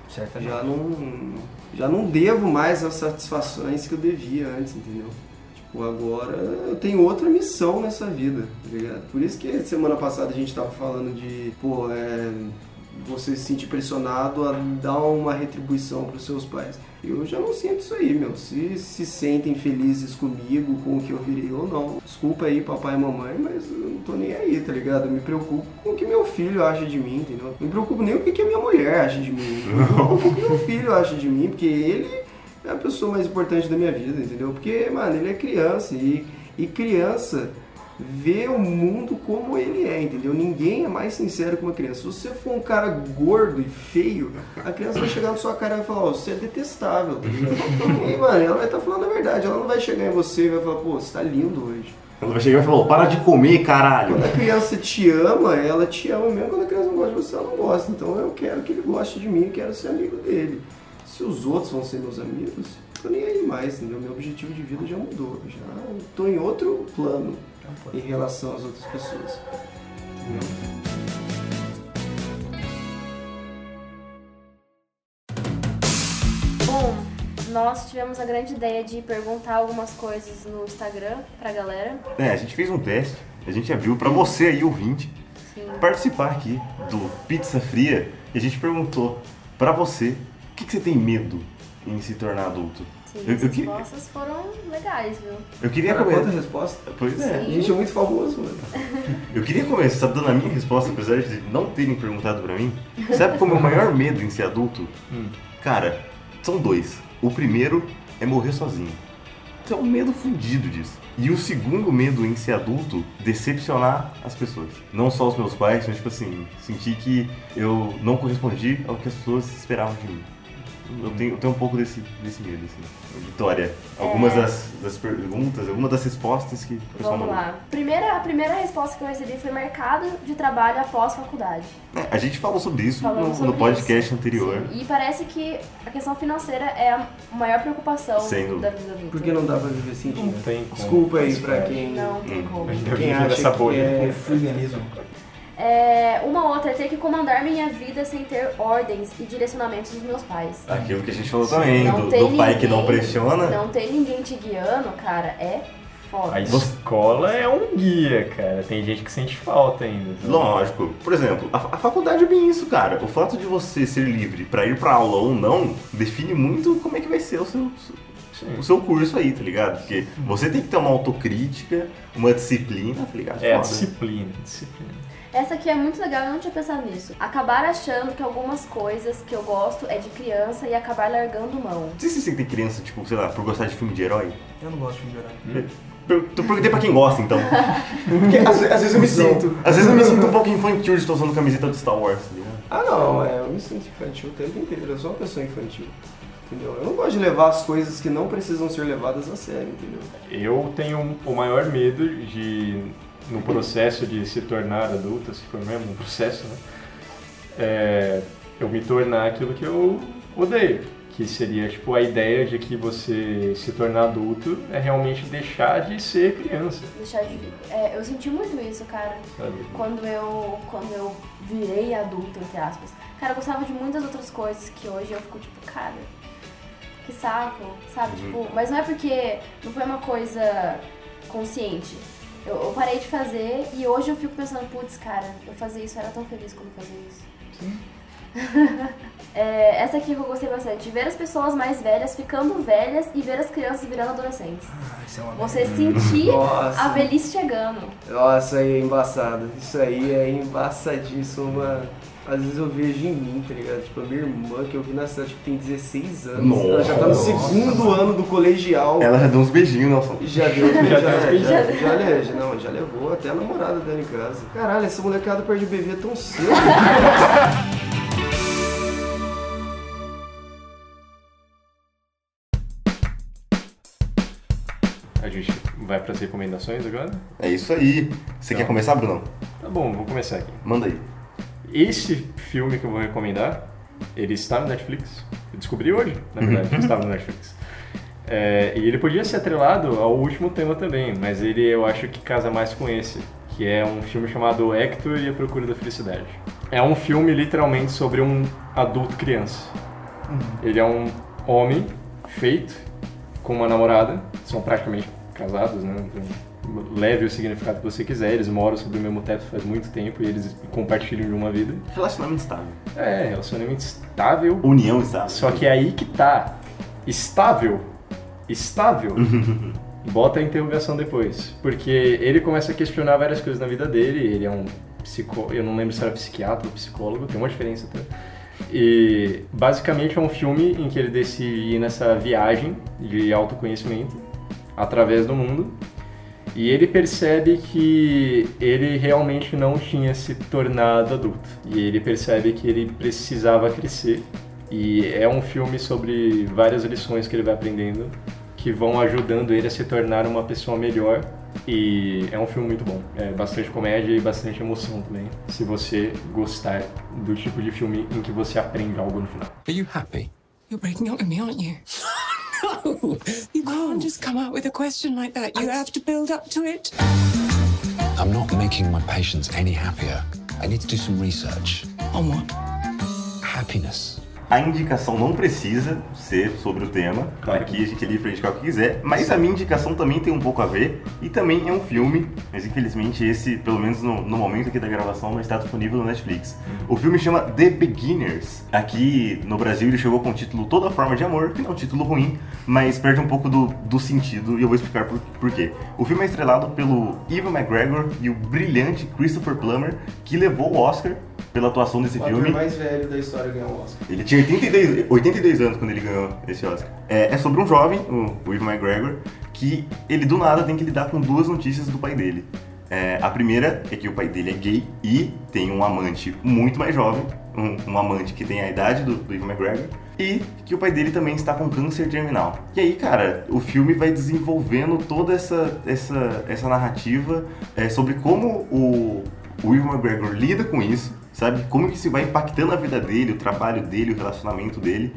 E: Certo, já.
F: já não já não devo mais as satisfações que eu devia antes, entendeu? Tipo, agora eu tenho outra missão nessa vida, tá ligado? Por isso que semana passada a gente tava falando de, pô, é, você se sentir pressionado a dar uma retribuição para os seus pais. Eu já não sinto isso aí, meu. Se se sentem felizes comigo, com o que eu virei ou não. Desculpa aí, papai e mamãe, mas eu não tô nem aí, tá ligado? Eu me preocupo com o que meu filho acha de mim, entendeu? Não me preocupo nem o que, que a minha mulher acha de mim. Eu me preocupo com o que meu filho acha de mim, porque ele é a pessoa mais importante da minha vida, entendeu? Porque, mano, ele é criança e, e criança vê o mundo como ele é, entendeu? Ninguém é mais sincero que uma criança. Se você for um cara gordo e feio, a criança vai chegar na sua cara e vai falar, ó, você é detestável. tá ligado? e, mano, ela vai estar falando a verdade. Ela não vai chegar em você e vai falar, pô, você tá lindo hoje.
A: Ela vai chegar e falou, para de comer, caralho.
F: Quando a criança te ama, ela te ama mesmo. Quando a criança não gosta de você, ela não gosta. Então eu quero que ele goste de mim, eu quero ser amigo dele. Se os outros vão ser meus amigos, tô nem aí mais, entendeu? Meu objetivo de vida já mudou. Já tô em outro plano em relação às outras pessoas.
C: Bom, nós tivemos a grande ideia de perguntar algumas coisas no Instagram pra galera.
A: É, a gente fez um teste, a gente abriu pra você aí, ouvinte,
C: Sim.
A: participar aqui do Pizza Fria e a gente perguntou pra você o que, que você tem medo em se tornar adulto.
C: Sim,
A: Eu-
C: as
A: eu que-
C: respostas foram legais, viu?
A: Eu queria
F: Cara, quanta
A: começar.
F: resposta?
A: Pois é.
F: A gente é muito famoso, mano.
A: Eu queria começar dando a minha resposta, apesar de não terem perguntado pra mim. Sabe qual é o meu maior medo em ser adulto? Cara, são dois. O primeiro é morrer sozinho. Isso é um medo fundido disso. E o segundo medo em ser adulto, decepcionar as pessoas. Não só os meus pais, mas tipo assim, sentir que eu não correspondi ao que as pessoas esperavam de mim. Eu tenho, eu tenho um pouco desse, desse medo, assim. Vitória, algumas
C: É.
A: das, das perguntas, algumas das respostas que o pessoal
C: Vamos
A: mandou.
C: lá. Primeira, a primeira resposta que eu recebi foi mercado de trabalho após faculdade.
A: É, A gente falou sobre isso
C: Falamos
A: no,
C: sobre
A: no podcast
C: isso.
A: anterior.
C: Sim, E parece que a questão financeira é a maior preocupação
A: Sem dúvida.
C: da vida adulta.
F: Porque não dá pra viver sem dinheiro.
D: Não tem como.
F: Desculpa aí pra quem,
C: Não tem como.
F: quem
D: vivo
F: acha
D: nessa
F: que
D: bolha.
E: É
F: é...
E: freeganismo.
C: É, uma outra, é ter que comandar minha vida sem ter ordens e direcionamentos dos meus pais.
A: Aquilo que a gente falou também,
C: Não
A: do,
C: tem
A: do pai que não
C: ninguém-
A: pressiona.
C: Não ter ninguém te guiando, cara, é foda.
D: A escola é um guia, cara. Tem gente que sente falta ainda. tá?
A: Lógico. Por exemplo, a, a faculdade é bem isso, cara. O fato de você ser livre pra ir pra aula ou não define muito como é que vai ser o seu,
D: Sim.
A: o seu curso aí, tá ligado? Porque você tem que ter uma autocrítica, uma disciplina, tá ligado?
D: É a
A: Foda.
D: disciplina, disciplina.
C: Essa aqui é muito legal, eu não tinha pensado nisso. Acabar achando que algumas coisas que eu gosto é de criança e acabar largando mão.
A: Não sei se você tem criança, tipo, sei lá, por gostar de filme de herói.
E: Eu não gosto de melhorar.
A: Per- Tu perguntei pra quem gosta, então. Porque às, ve- às vezes eu me sinto. Às vezes eu me sinto um pouco infantil de estar usando camiseta do Star Wars, tá ligado?
F: Ah, não, é, eu me sinto infantil o tempo inteiro. Eu sou uma pessoa infantil. entendeu? Eu não gosto de levar as coisas que não precisam ser levadas a sério, entendeu?
D: Eu tenho o maior medo de, no processo de se tornar adulto, se for mesmo um processo, né? É, eu me tornar aquilo que eu odeio. Que seria, tipo, a ideia de que você se tornar adulto é realmente deixar de ser criança,
C: Deixar de. é, eu senti muito isso, cara.
D: sabe?
C: Quando eu, quando eu virei adulta, entre aspas. Cara, eu gostava de muitas outras coisas que hoje eu fico tipo, cara, que saco, sabe? Tipo, mas não é porque não foi uma coisa consciente. Eu, eu parei de fazer e hoje eu fico pensando, putz, cara, eu fazia isso, eu era tão feliz quando fazia isso. É, essa aqui que eu gostei bastante. Ver as pessoas mais velhas ficando velhas e ver as crianças virando adolescentes.
E: Ah, isso é uma
C: Você sentir a
F: Nossa,
C: velhice chegando.
F: nossa, aí é embaçado. Isso aí é embaçadíssimo, mano. Às vezes eu vejo em mim, tá ligado? Tipo, a minha irmã que eu vi na cidade que tem 16 anos. Ela já tá no
A: Nossa. É.
F: segundo ano do colegial.
A: Ela já deu uns beijinhos, né, Nelson.
F: Já deu, já,
D: Já
F: já,
D: deu uns
F: já,
D: beijinhos.
F: já, le- já- não, já levou até a namorada dela em casa. Caralho, essa molecada perde o bebê tão cedo.
D: A gente vai para as recomendações agora?
A: É isso aí. Você quer começar, Bruno?
D: Tá bom, vou começar aqui.
A: Manda aí.
D: Esse filme que eu vou recomendar, ele está no Netflix. Eu descobri hoje, na verdade, que estava no Netflix. É, e ele podia ser atrelado ao último tema também, mas ele eu acho que casa mais com esse, que é um filme chamado Hector e a Procura da Felicidade. É um filme literalmente sobre um adulto criança. Ele é um homem feito com uma namorada, são praticamente casados, né? Então, leve o significado que você quiser, eles moram sob o mesmo teto faz muito tempo e eles compartilham de uma vida.
A: Relacionamento estável.
D: É, relacionamento estável.
A: União estável.
D: Só que é aí que tá. Estável. Estável. Bota a interrogação depois. Porque ele começa a questionar várias coisas na vida dele. Ele é um psicó... Eu não lembro se era psiquiatra ou psicólogo, tem uma diferença até. E basicamente é um filme em que ele decide ir nessa viagem de autoconhecimento através do mundo. E ele percebe que ele realmente não tinha se tornado adulto. E ele percebe que ele precisava crescer. E é um filme sobre várias lições que ele vai aprendendo que vão ajudando ele a se tornar uma pessoa melhor. E é um filme muito bom. É bastante comédia e bastante emoção também. Se você gostar do tipo de filme em que você aprende algo no final.
K: Are you happy? You're breaking up with me, aren't you? no! You can't just come out with a question like that. You have to build up to it.
L: I'm not making my patients any happier. I need to do some research.
K: On what?
L: Happiness.
A: A indicação não precisa ser sobre o tema. Aqui a gente é livre pra indicar o que quiser. Mas a minha indicação também tem um pouco a ver. E também é um filme. Mas infelizmente esse, pelo menos no, no momento aqui da gravação, não está disponível no Netflix. O filme chama The Beginners. Aqui no Brasil ele chegou com o título Toda Forma de Amor, que não é um título ruim, mas perde um pouco do, do sentido e eu vou explicar por, por quê. O filme é estrelado pelo Ivan McGregor e o brilhante Christopher Plummer, que levou o Oscar pela atuação desse
F: O
A: filme.
F: ator é mais velho da história ganhou o Oscar.
A: Ele tinha 82, 82 anos quando ele ganhou esse Oscar. É, é sobre um jovem, o, o Ivan McGregor, que ele do nada tem que lidar com duas notícias do pai dele. É, a primeira é que o pai dele é gay e tem um amante muito mais jovem, um, um amante que tem a idade do, do Ivan McGregor, e que o pai dele também está com câncer terminal. E aí, cara, o filme vai desenvolvendo toda essa, essa, essa narrativa é, sobre como o, o Ivan McGregor lida com isso, sabe? Como que isso vai impactando a vida dele, o trabalho dele, o relacionamento dele.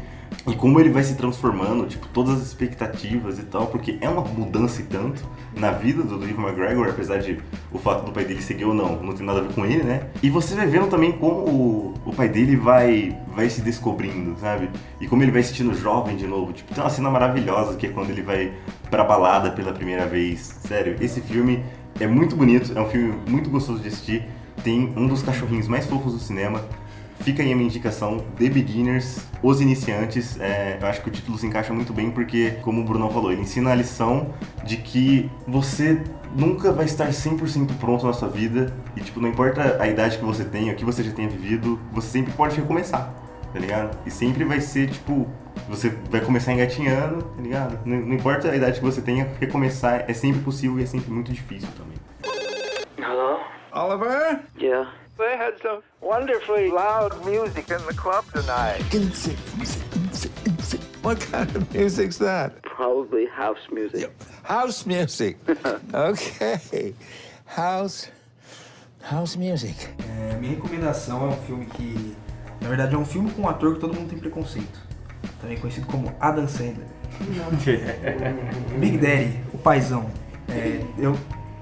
A: E como ele vai se transformando, tipo, todas as expectativas e tal, porque é uma mudança e tanto na vida do Ivan McGregor, apesar de o fato do pai dele seguir ou não, não tem nada a ver com ele, né? E você vai vendo também como o, o pai dele vai, vai se descobrindo, sabe? E como ele vai se sentindo jovem de novo. Tipo, tem uma cena maravilhosa que é quando ele vai pra balada pela primeira vez. Sério, esse filme é muito bonito, é um filme muito gostoso de assistir. Tem um dos cachorrinhos mais fofos do cinema. Fica aí a minha indicação, The Beginners, Os Iniciantes. É, eu acho que o título se encaixa muito bem porque, como o Brunão falou, ele ensina a lição de que você nunca vai estar 100% pronto na sua vida. E, tipo, não importa a idade que você tenha, o que você já tenha vivido, você sempre pode recomeçar, tá ligado? E sempre vai ser, tipo, você vai começar engatinhando, tá ligado? Não, não importa a idade que você tenha, recomeçar é sempre possível e é sempre muito difícil também.
M: Hello?
N: Oliver,
M: Yeah.
N: they had some wonderfully loud music in the club tonight.
L: What kind of music's that?
M: Probably house music.
L: House music. okay. House. House music.
E: É, minha recomendação é um filme que. Na verdade, é um filme com um ator que todo mundo tem preconceito. Também conhecido como Adam Sandler. Big Daddy, o paizão. É, eu,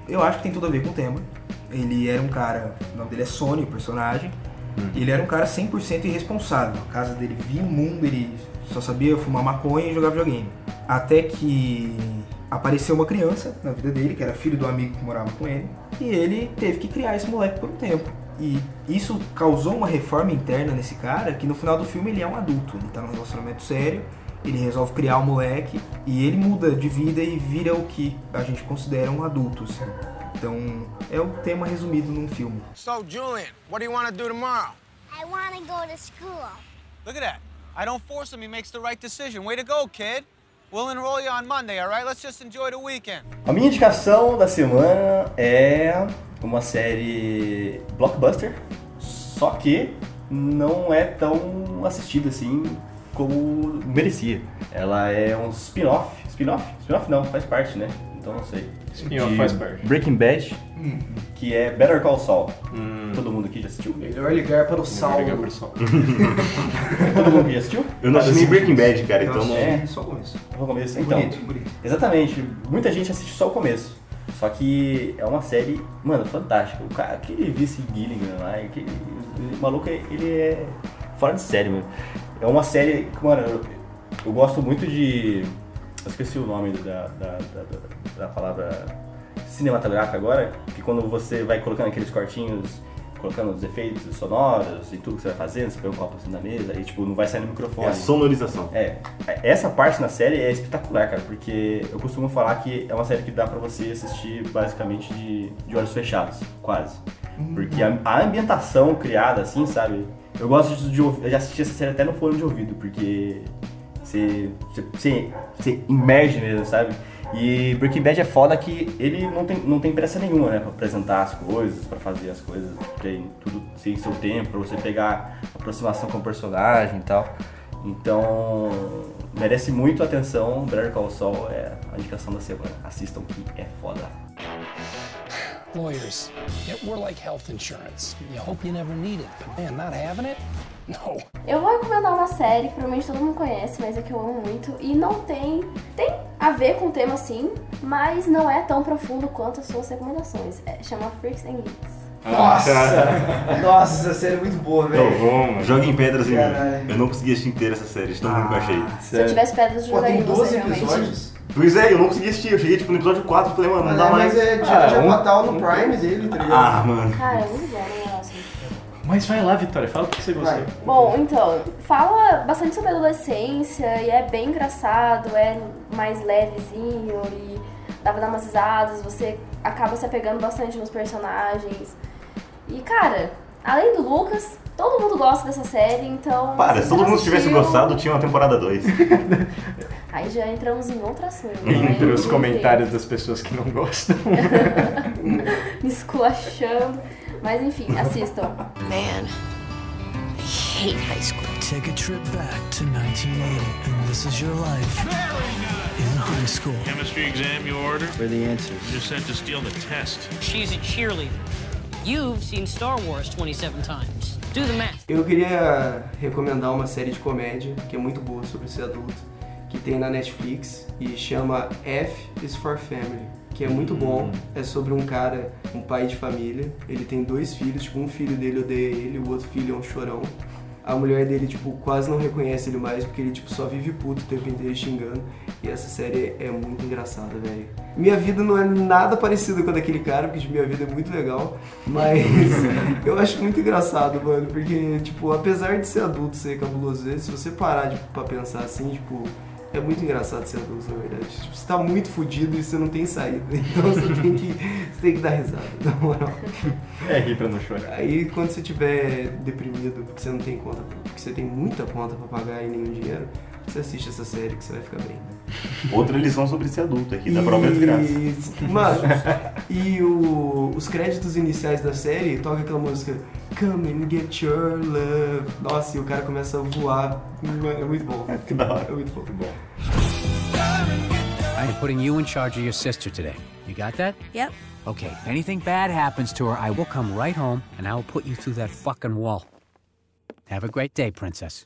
E: eu acho que tem tudo a ver com o tema. Ele era um cara. O nome dele é Sony, o personagem. E ele era um cara 100% irresponsável. A casa dele via o mundo, ele só sabia fumar maconha e jogar videogame. Até que apareceu uma criança na vida dele, que era filho do amigo que morava com ele, e ele teve que criar esse moleque por um tempo. E isso causou uma reforma interna nesse cara, que no final do filme ele é um adulto, ele tá num relacionamento sério, ele resolve criar o moleque, e ele muda de vida e vira o que a gente considera um adulto, assim. Então, é o tema resumido num filme.
N: So, Julian, what do you want to do tomorrow?
O: I want to go to school.
N: Look at that. I don't force him, he makes the right decision. Way to go, kid. We'll enroll you on Monday, all right? Let's just enjoy the weekend.
B: A minha indicação da semana é uma série blockbuster, só que não é tão assistida assim como merecia. Ela é um spin-off, spin-off, spin-off não, faz parte, né? Então não sei.
D: Spin-off
B: De
D: faz parte.
B: Breaking Bad, que é Better Call Saul. Todo mundo aqui já assistiu?
E: Melhor ligar para o
D: Vou
E: Saulo.
D: ligar pro Sol.
B: Todo mundo aqui já assistiu?
A: Eu não assisti nem Breaking Bad, cara,
E: Eu
A: então não.
E: achei é, só o começo.
B: Vou começar então.
E: Bonito, bonito.
B: Exatamente. Muita gente assiste só o começo. Só que é uma série, mano, fantástica. O cara, aquele vice Gilligan lá, aquele o maluco, ele é fora de série, mano. É uma série que, mano, eu, eu gosto muito de. Eu esqueci o nome da, da, da, da- da palavra cinematográfica agora, que quando você vai colocando aqueles cortinhos, colocando os efeitos sonoros e tudo que você vai fazendo, você põe um copo assim na mesa e tipo, não vai sair no microfone.
A: É a sonorização.
B: É, essa parte na série é espetacular, cara, porque eu costumo falar que é uma série que dá pra você assistir basicamente de, de olhos fechados, quase. Porque a, a ambientação criada, assim, sabe? Eu gosto disso de ouvir, eu já assisti essa série até no fone de ouvido, porque você, você, você, você imerge mesmo, sabe? E Breaking Bad é foda que ele não tem, não tem pressa nenhuma, né? Pra apresentar as coisas, pra fazer as coisas, tem tudo sem seu tempo, pra você pegar aproximação com o personagem e tal. Então, merece muito atenção. Better Call Saul é a indicação da semana. Assistam que é foda.
L: Lawyers, yeah, we're like health insurance. You hope you never need it, but man, not having it? No.
C: Eu vou recomendar uma série, que provavelmente todo mundo conhece, mas é que eu amo muito. E não tem. Tem a ver com o tema sim, mas não é tão profundo quanto as suas recomendações. É, chama Freaks and Geeks.
E: Nossa! Nossa, essa série é muito boa,
D: Tô
E: velho.
D: Tá bom, mano.
A: Joguem pedras em mim.
E: Caralho. Ah.
A: Eu não consegui assistir inteira essa série, de tão ruim que eu achei.
C: Se eu tivesse pedras, eu
E: Pô,
C: jogaria
E: tem
C: em você
E: 12
C: realmente.
E: episódios?
A: Pois é, eu não consegui assistir. Eu cheguei tipo no episódio 4 e falei, mano, não dá
E: Ah,
A: mais.
E: mas é dia de
D: Ah, um-
E: Avatar no Prime dele, tá ligado?
A: Ah, mano.
C: Cara, é muito bom o negócio.
D: Mas vai lá, Vitória, fala o que você gostou.
E: Vai.
C: Bom, então, fala bastante sobre adolescência e é bem engraçado, é mais levezinho e dá pra dar umas risadas, você acaba se apegando bastante nos personagens. E cara, além do Lucas, todo mundo gosta dessa série, então.
A: Para, se
C: você
A: todo
C: não
A: mundo tivesse
C: assistiu,
A: gostado, tinha uma temporada 2.
C: Aí já entramos em outro assunto. né?
D: Entre os
C: Enfim,
D: comentários das pessoas que não gostam.
C: Me esculachando. Mas enfim, assistam.
K: Man, I hate high school.
L: Take a trip back to 1980, and this is your life. In high school.
N: Chemistry exam you ordered? Where are the answers? You're sent to steal the test.
O: She's a cheerleader. You've seen Star Wars 27 times. Do the math.
F: Eu queria recomendar uma série de comédia que é muito boa sobre ser adulto, que tem na Netflix e chama F is for Family, que é muito bom. É sobre um cara, um pai de família. Ele tem dois filhos, tipo, um filho dele odeia ele, o outro filho é um chorão. A mulher dele, tipo, quase não reconhece ele mais, porque ele, tipo, só vive puto o tempo inteiro xingando. E essa série é muito engraçada, velho. Minha vida não é nada parecida com a daquele cara, porque tipo, minha vida é muito legal. Mas eu acho muito engraçado, mano. Porque, tipo, apesar de ser adulto ser cabuloso, às vezes, se você parar tipo, pra pensar assim, tipo... É muito engraçado ser adulto, na verdade. Tipo, você tá muito fudido e você não tem saída. Então você tem que, você tem que dar risada, na moral.
D: É rir pra não chorar.
F: Aí quando você estiver deprimido, porque você não tem conta, porque você tem muita conta pra pagar e nenhum dinheiro, você assiste essa série que você vai ficar bem.
A: Outra lição sobre ser adulto aqui, da própria desgraça.
F: Mano, e o- os créditos iniciais da série toca aquela música Come and get your love. Nossa, e o cara começa a voar. Mano, é muito bom.
P: que da hora.
F: É muito bom. Muito bom.
B: I am putting you in charge of your sister today. You got that?
Q: Yep.
B: Okay, if anything bad happens to her, I will come right home and I will put you through that fucking wall. Have a great day, princess.